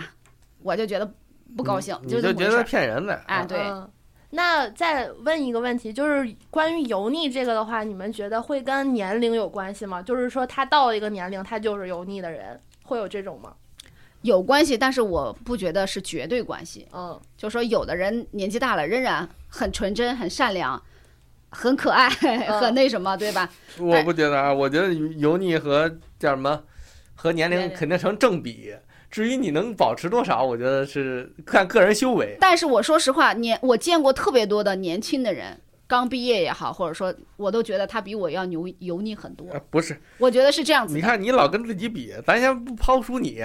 S4: 我就觉得不高兴，
S3: 你嗯
S4: 就
S3: 你就
S4: 是这
S3: 觉
S4: 么回事
S3: 得
S4: 儿
S3: 骗人的
S4: 啊，对。
S1: 嗯那再问一个问题，就是关于油腻这个的话，你们觉得会跟年龄有关系吗？就是说他到了一个年龄，他就是油腻的人，会有这种吗？
S4: 有关系，但是我不觉得是绝对关系。
S1: 嗯，
S4: 就说有的人年纪大了仍然很纯真、很善良、很可爱、
S1: 嗯
S4: 很那什么，对吧？
S3: 我不觉得啊，我觉得油腻和叫什么，和年
S1: 年
S3: 龄
S1: 龄
S3: 肯定成正比。至于你能保持多少，我觉得是看个人修为。
S4: 但是我说实话，年我见过特别多的年轻的人，刚毕业也好，或者说我都觉得他比我要油油腻很多。
S3: 呃不是，
S4: 我觉得是这样子
S3: 你
S4: 的。
S3: 看你老跟自己比，咱先不抛出你，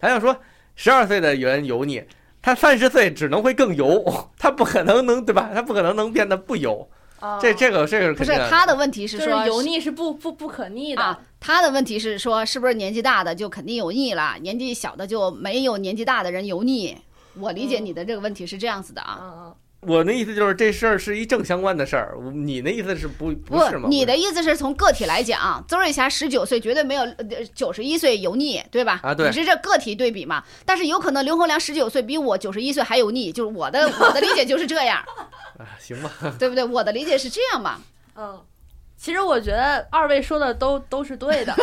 S3: 咱要说十二岁的人油腻，他三十岁只能会更油，他不可能能对吧？他不可能能变得不油。
S1: 啊
S3: 这这个这个是
S4: 不
S3: 肯
S4: 是
S3: 定啊的
S4: 他的问题是
S1: 就是
S4: 说
S1: 油腻是不不不可逆的。
S4: 啊，他的问题是说，是不是年纪大的就肯定油腻了，年纪小的就没有年纪大的人油腻？我理解你的这个问题是这样子的啊，
S1: 嗯
S3: 我的意思就是这事儿是一正相关的事儿，我你的意思是不不是吗？
S4: 你的意思是从个体来讲，邹瑞霞十九岁绝对没有呃九十一岁油腻，对吧？
S3: 啊对
S4: 你是这个体对比嘛？但是有可能刘洪良十九岁比我九十一岁还油腻，就是我的 我的理解就是这样，
S3: 啊，行吧，
S4: 对不对？我的理解是这 样嘛？
S1: 嗯嗯，其实我觉得二位说的都都是对 的。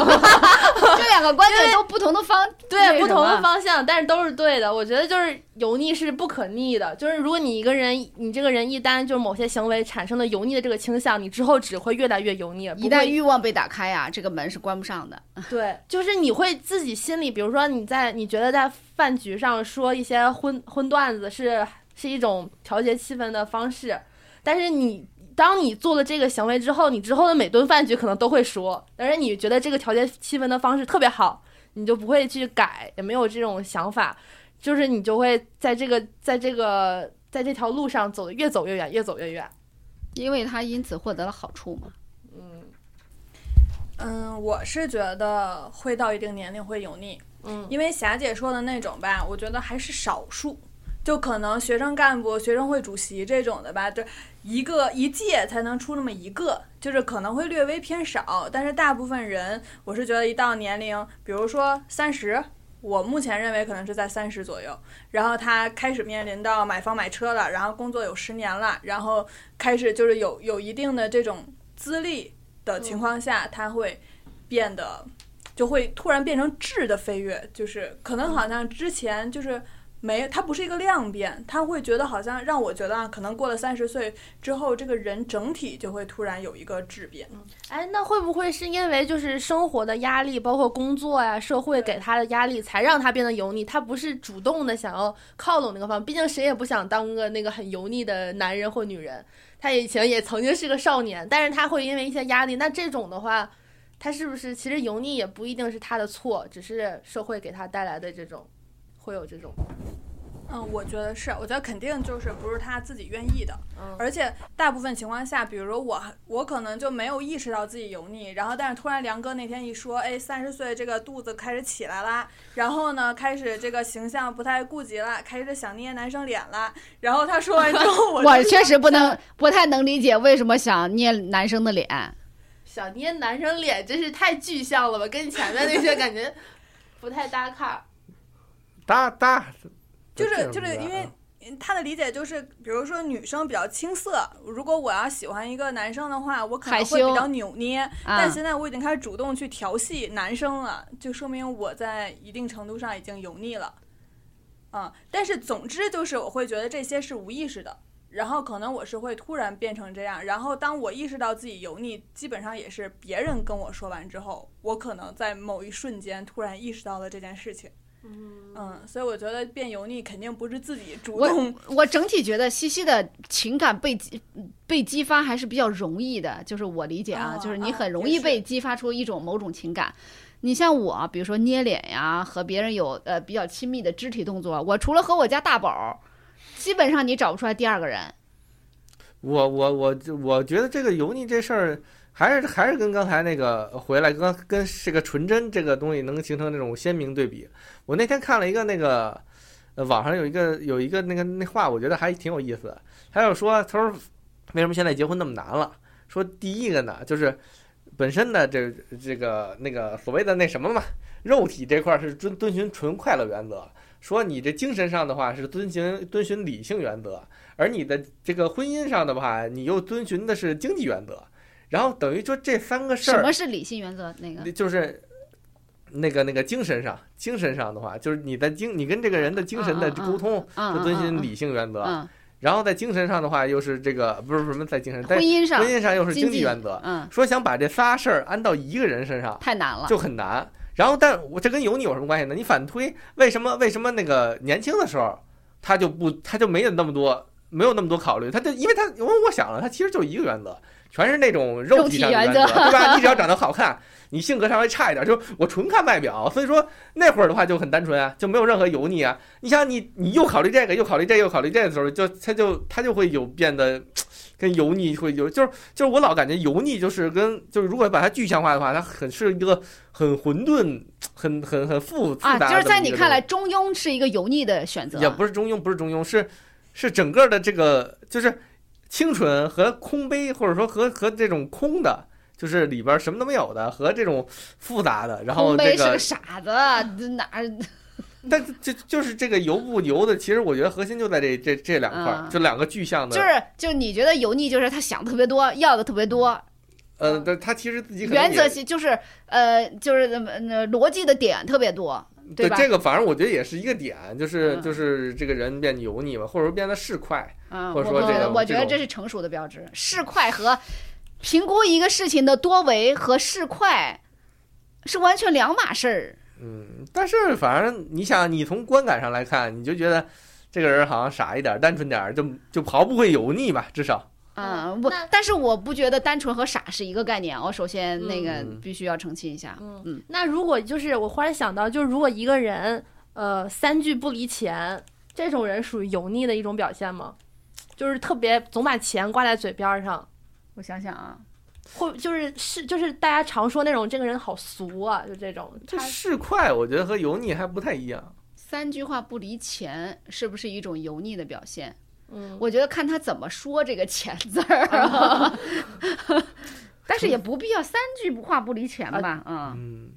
S4: 这两个观点都不同的方，
S1: 对，不同
S4: 的
S1: 的方向，但是都是对的。我觉得就是油腻是不可逆的，就是如果你一个人，你这个人一旦就是某些行为产生了油腻的这个倾向，你之后只会越来越油腻，不
S4: 一旦
S1: 会
S4: 欲望被打开呀、这个门是关不上的。
S1: 对，就是你会自己心里，比如说你在你觉得在饭局上说一些荤荤段子是是一种调节气氛的方式，但是你。当你做了这个行为之后，你之后的每顿饭局可能都会说，但是你觉得这个调节气氛的方式特别好，你就不会去改，也没有这种想法，就是你就会在这个在这个在这条路上走得越走越远，越走越远。
S4: 因为他因此获得了好处嘛。
S1: 嗯
S2: 嗯，我是觉得会到一定年龄会油腻，
S1: 嗯
S2: 因为霞姐说的那种吧，我觉得还是少数，就可能学生干部、学生会主席这种的吧，就一个一届才能出那么一个，就是可能会略微偏少。但是大部分人，我是觉得一到年龄，比如说三十。我目前认为可能是在三十左右，然后他开始面临到买房买车了，然后工作有十年了，然后开始就是有有一定的这种资历的情况下，他会变得就会突然变成质的飞跃，就是可能好像之前就是没，它不是一个量变，它会觉得好像让我觉得啊，可能过了三十岁之后，这个人整体就会突然有一个质变。
S1: 哎，那会不会是因为就是生活的压力，包括工作呀、社会给他的压力，才让他变得油腻？他不是主动的想要靠拢那个方面，毕竟谁也不想当个那个很油腻的男人或女人。他以前也曾经是个少年，但是他会因为一些压力，那这种的话，他是不是其实油腻也不一定是他的错，只是社会给他带来的这种，会有这种，
S2: 嗯，我觉得是，我觉得肯定就是不是他自己愿意的，
S1: 嗯，
S2: 而且大部分情况下，比如我，我可能就没有意识到自己油腻，然后但是突然梁哥那天一说，哎，三十岁这个肚子开始起来啦，然后呢，开始这个形象不太顾及了，开始想捏男生脸啦，然后他说完之后我，
S4: 我确实不能不太能理解为什么想捏男生的脸。啊
S1: 想捏男生脸真是太具象了吧，跟你前面那些感觉 不太搭卡。
S3: 搭搭，
S2: 就是
S3: 这
S2: 就是
S3: 样啊
S2: 因为他的理解就是，比如说女生比较青涩，如果我要喜欢一个男生的话，我可能
S4: 害
S2: 会比
S4: 羞
S2: 较扭捏，
S4: 啊
S2: 但，现在我已经开始主动去调戏男生了，就说明我在一定程度上已经油腻了。啊、但是总之就是我会觉得这些是无意识的，然后可能我是会突然变成这样，然后当我意识到自己油腻，基本上也是别人跟我说完之后，我可能在某一瞬间突然意识到了这件事情。
S1: 嗯
S2: 嗯，所以我觉得变油腻肯定不是自己主
S4: 我
S2: 动，
S4: 我整体觉得西西的情感被激被激发还是比较容易的，就是我理解啊，
S2: 啊
S4: 就是你
S2: 啊
S4: 很容
S2: 也
S4: 易
S2: 是
S4: 被激发出一种某种情感。你像我，比如说捏脸呀，和别人有呃比较亲密的肢体动作，我除了和我家大宝儿，基本上你找不出来第二个人。
S3: 我我我就我觉得这个油腻这事儿，还是还是跟刚才那个回来跟跟这个纯真这个东西能形成那种鲜明对比。我那天看了一个那个，呃，网上有一个有一个那个那话，我觉得还挺有意思的。他就说，他说为什么现在结婚那么难了？说第一个呢，就是本身的这这个那个所谓的那什么嘛，肉体这块儿是遵遵循纯快乐原则。说你这精神上的话是遵循遵循理性原则，而你的这个婚姻上的话，你又遵循的是经济原则，然后等于说这三个事
S4: 什
S3: 儿
S4: 么是理性原则？那个
S3: 就是那个那个精神上，精神上的话，就是你在精，你跟这个人的精神的
S4: 嗯嗯嗯
S3: 沟通，
S4: 啊，
S3: 就遵循
S4: 嗯
S3: 理性原则。
S4: 嗯，
S3: 然后在精神上的话，又是这个不是不是什么在精神，
S4: 嗯
S3: 在
S4: 婚
S3: 婚
S4: 姻上，
S3: 姻上又是
S4: 经
S3: 经济
S4: 济
S3: 原则。
S4: 嗯，
S3: 说想把这仨事儿安到一个人身上，
S4: 太难了。
S3: 就很难。然后，但我这跟油腻有什么关系呢？你反推，为什么为什么那个年轻的时候他就不他就没有那么多没有那么多考虑？他就因为他我我想了，他其实就一个原则，全是那种肉体上的
S4: 肉体原
S3: 则，
S4: 则
S3: 对吧？你只要长得好看，你性格稍微差一点，就我纯看外表。所以说那会儿的话就很单纯啊，就没有任何油腻啊。你想你你又考虑这个，又考虑这个，又考虑这个的时候，就他就他就会有变得。跟油腻会有，就是就是我老感觉油腻就是跟就是如果把它具象化的话，它很是一个很混沌、很很很复复
S4: 啊，
S3: 杂的、
S4: 就是在你看来，，中庸是一个油腻的选择。
S3: 也不是中庸，不是中庸，是是整个的这个就是清纯和空杯，或者说和和这种空的，就是里边什么都没有的，和这种复杂的，然后
S4: 红梅
S3: 这
S4: 是
S3: 个
S4: 个傻子，这哪儿
S3: 但就就是这个油不油的，其实我觉得核心就在这这这两块儿，
S4: 嗯
S3: 就两个具象的，
S4: 就是就是你觉得油腻，就是他想特别多，要的特别多，
S3: 呃，但他其实自己可能
S4: 原
S3: 也
S4: 则性就是呃就是呃逻辑的点特别多，
S3: 对
S4: 吧？
S3: 这个，反正我觉得也是一个点，就是
S4: 嗯
S3: 就是这个人变得油腻吧，或者说变得市侩，
S4: 嗯，
S3: 或
S4: 我
S3: 者说
S4: 觉
S3: 这
S4: 得
S3: 种
S4: 我
S3: 这
S4: 觉得
S3: 种
S4: 这是成熟的标志，市侩和评估一个事情的多维和市侩是完全两码事儿。
S3: 嗯，但是反正你想，你从观感上来看，你就觉得这个人好像傻一点儿、单纯点儿，就就毫不会油腻吧，至少。
S4: 啊、
S1: 嗯
S4: 我
S1: 那
S4: 但是我不觉得单纯和傻是一个概念。我首先那个
S3: 嗯
S4: 必须要澄清一下，
S1: 嗯
S4: 嗯，
S1: 那如果就是我忽然想到，就是如果一个人呃三句不离钱，这种人属于油腻的一种表现吗？就是特别总把钱挂在嘴边儿上，
S4: 我想想啊，
S1: 或就是是就是大家常说那种这个人好俗啊，就这种。
S3: 这
S1: 他
S3: 市侩，我觉得和油腻还不太一样。
S4: 三句话不离钱是不是一种油腻的表现？
S1: 嗯，
S4: 我觉得看他怎么说这个“钱”字儿 啊，但是也不必要三句不话不离钱吧，
S1: 呃
S4: 嗯
S3: 嗯，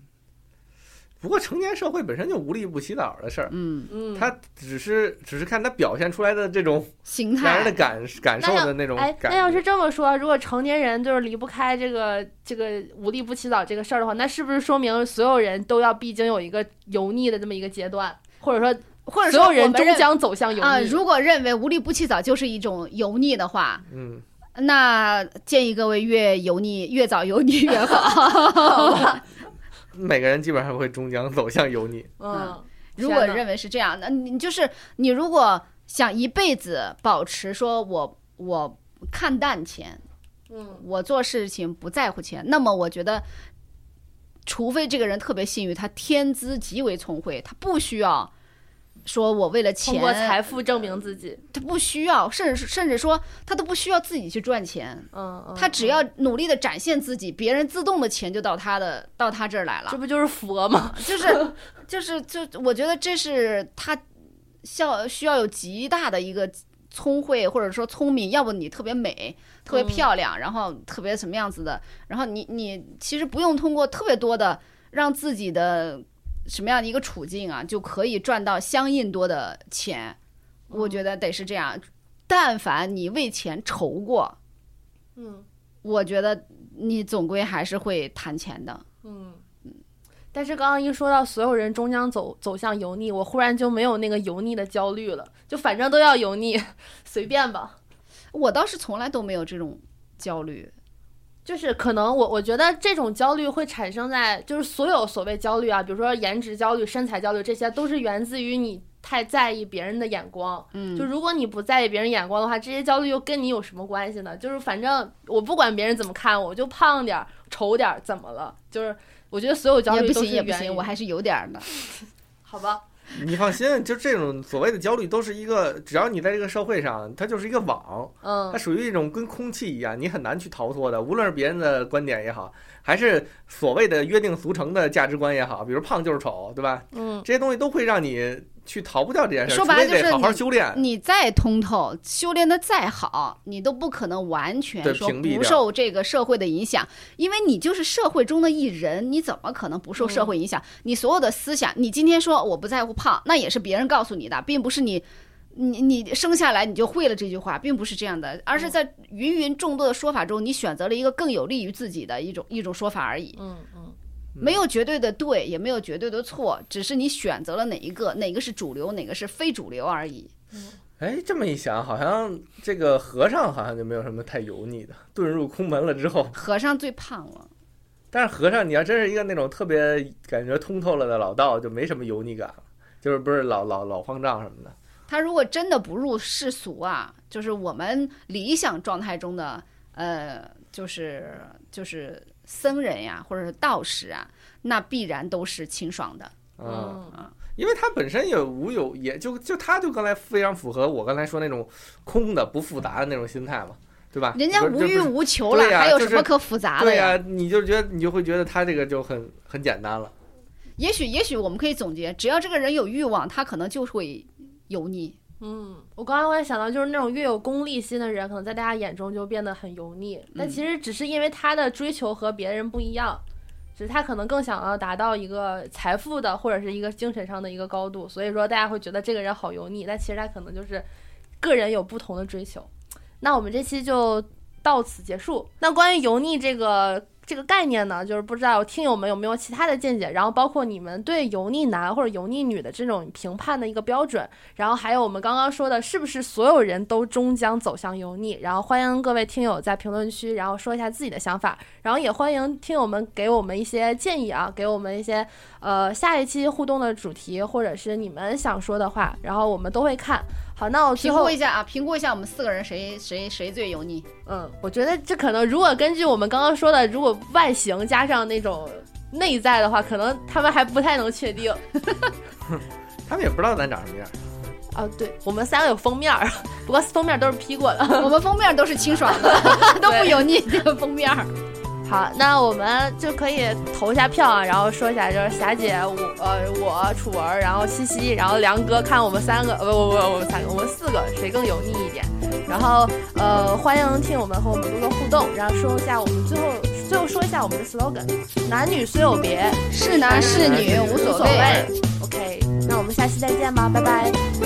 S3: 不过成年社会本身就无利不起早的事儿，
S4: 嗯，
S1: 嗯，
S3: 他只是只是看他表现出来的这种
S4: 形
S3: 让人的
S4: 态
S3: 感感受的那种
S1: 哎，
S3: 感
S1: 那
S3: 觉。
S1: 要是这么说，如果成年人就是离不开这个这个无利不起早这个事儿的话，那是不是说明所有人都要必经有一个油腻的这么一个阶段，或者说
S4: 或者
S1: 所
S4: 说
S1: 有
S4: 我
S1: 人
S4: 们
S1: 终
S4: 认
S1: 将走向油
S4: 啊，
S1: 腻？
S4: 如果认为无利不起早就是一种油腻的话，
S3: 嗯，
S4: 那建议各位越油腻越早油腻越好。
S3: 每个人基本上会终将走向油腻。
S1: 嗯，
S4: 如果
S1: 天哪
S4: 认为是这样，那你就是你如果想一辈子保持说我我看淡钱，
S1: 嗯
S4: 我做事情不在乎钱，那么我觉得除非这个人特别幸运，他天资极为聪慧，他不需要说我为了钱
S1: 通过财富证明自己。
S4: 他不需要，甚至甚至说他都不需要自己去赚钱，
S1: 嗯，嗯
S4: 他只要努力的展现自己，别人自动的钱就到他的到他这儿来
S1: 这
S4: 了，
S1: 不就是佛吗？
S4: 就是就是就我觉得这是他效需要有极大的一个聪慧或者说聪明，要不你特别美，特别
S1: 嗯
S4: 漂亮，然后特别什么样子的，然后你你其实不用通过特别多的让自己的什么样的一个处境啊，就可以赚到相应多的钱。我觉得得是这样，但凡你为钱愁过，
S1: 嗯
S4: 我觉得你总归还是会谈钱的。
S1: 嗯。但是刚刚一说到所有人终将走走向油腻，我忽然就没有那个油腻的焦虑了，就反正都要油腻， 随便吧。
S4: 我倒是从来都没有这种焦虑，
S1: 就是可能我我觉得这种焦虑会产生在就是所有所谓焦虑啊，比如说颜值焦虑、身材焦虑，这些都是源自于你太在意别人的眼光。
S4: 嗯，
S1: 就如果你不在意别人眼光的话，这些焦虑又跟你有什么关系呢？就是反正我不管别人怎么看我，我就胖点儿、丑点儿，怎么了？就是我觉得所有焦
S4: 也
S1: 虑
S4: 不
S1: 都
S4: 行
S1: 是
S4: 也不
S1: 源于
S4: 行，我还是有点儿的。
S1: 好吧，
S3: 你放心，就这种所谓的焦虑，都是一个，只要你在这个社会上，它就是一个网，它
S1: 嗯
S3: 属于一种跟空气一样，你很难去逃脱的。无论是别人的观点也好，还是所谓的约定俗成的价值观也好，比如胖就是丑，对吧？
S1: 嗯，
S3: 这些东西都会让你去逃不掉这件事儿，
S4: 说白了
S3: 除非
S4: 就是
S3: 得好好
S4: 你
S3: 修炼。
S1: 嗯
S4: 你再通透，修炼的再好，你都不可能完全
S3: 对
S4: 说
S3: 屏蔽掉
S4: 不受这个社会的影响，因为你就是社会中的一人，你怎么可能不受
S1: 嗯
S4: 社会影响？你所有的思想，你今天说我不在乎胖，那也是别人告诉你的，并不是你。你你生下来你就会了这句话，并不是这样的，而
S1: 嗯
S4: 是在芸芸众多的说法中，你选择了一个更有利于自己的一种一种说法而已。
S1: 嗯嗯
S4: 没有绝对的对，也没有绝对的错，只是你选择了哪一个，哪个是主流，哪个是非主流而已。
S3: 哎，这么一想，好像这个和尚好像就没有什么太油腻的，遁入空门了之后。
S4: 和尚最胖了，
S3: 但是和尚，你要真是一个那种特别感觉通透了的老道，就没什么油腻感了，就是不是老老老方丈什么的。
S4: 他如果真的不入世俗啊，就是我们理想状态中的呃，就是就是僧人呀，或者是道士啊，那必然都是清爽的。啊
S3: 嗯，
S1: 嗯
S3: 因为它本身也无有，也就就它就刚才非常符合我刚才说那种空的不复杂的那种心态嘛，对吧？
S4: 人家
S3: 不是这
S4: 无欲
S3: 不是
S4: 无求了，
S3: 对呀
S4: 还有
S3: 就
S4: 什
S3: 是
S4: 么可复杂的
S3: 对
S4: 呀？
S3: 呀、你就觉得你就会觉得他这个就很很简单了。
S4: 也许也许我们可以总结，只要这个人有欲望，他可能就会油腻。
S1: 嗯，我刚刚我也想到，就是那种越有功利心的人，可能在大家眼中就变得很油腻。但其实只是因为他的追求和别人不一样，只是他可能更想要达到一个财富的或者是一个精神上的一个高度，所以说大家会觉得这个人好油腻。但其实他可能就是个人有不同的追求。那我们这期就到此结束。那关于油腻这个这个概念呢，就是不知道听友们有没有其他的见解，然后包括你们对油腻男或者油腻女的这种评判的一个标准，然后还有我们刚刚说的，是不是所有人都终将走向油腻？然后欢迎各位听友在评论区，然后说一下自己的想法，然后也欢迎听友们给我们一些建议啊，给我们一些呃下一期互动的主题，或者是你们想说的话，然后我们都会看。好，那我最
S4: 评
S1: 后
S4: 估一下啊，评估一下我们四个人谁谁谁最油腻。
S1: 嗯，我觉得这可能，如果根据我们刚刚说的，如果外形加上那种内在的话，可能他们还不太能确定。
S3: 他们也不知道咱长什么样，
S1: 啊，对，我们三个有封面儿， 不过封面都是 P 过的。
S4: 我们封面都是清爽 的，都不油腻的封面儿。
S1: 好，那我们就可以投一下票啊，然后说一下，就是霞姐，我呃我楚文，然后西西，然后梁哥，看我们三个，呃不不不，我们三个，我们四个谁更油腻一点？然后呃，欢迎听友们和我们多多互动，然后说一下我们最后最后说一下我们的 slogan：男女虽有别。
S4: 是男是女无所
S1: 无所
S4: 谓。
S1: 谓。OK，那我们下期再见吧，拜拜。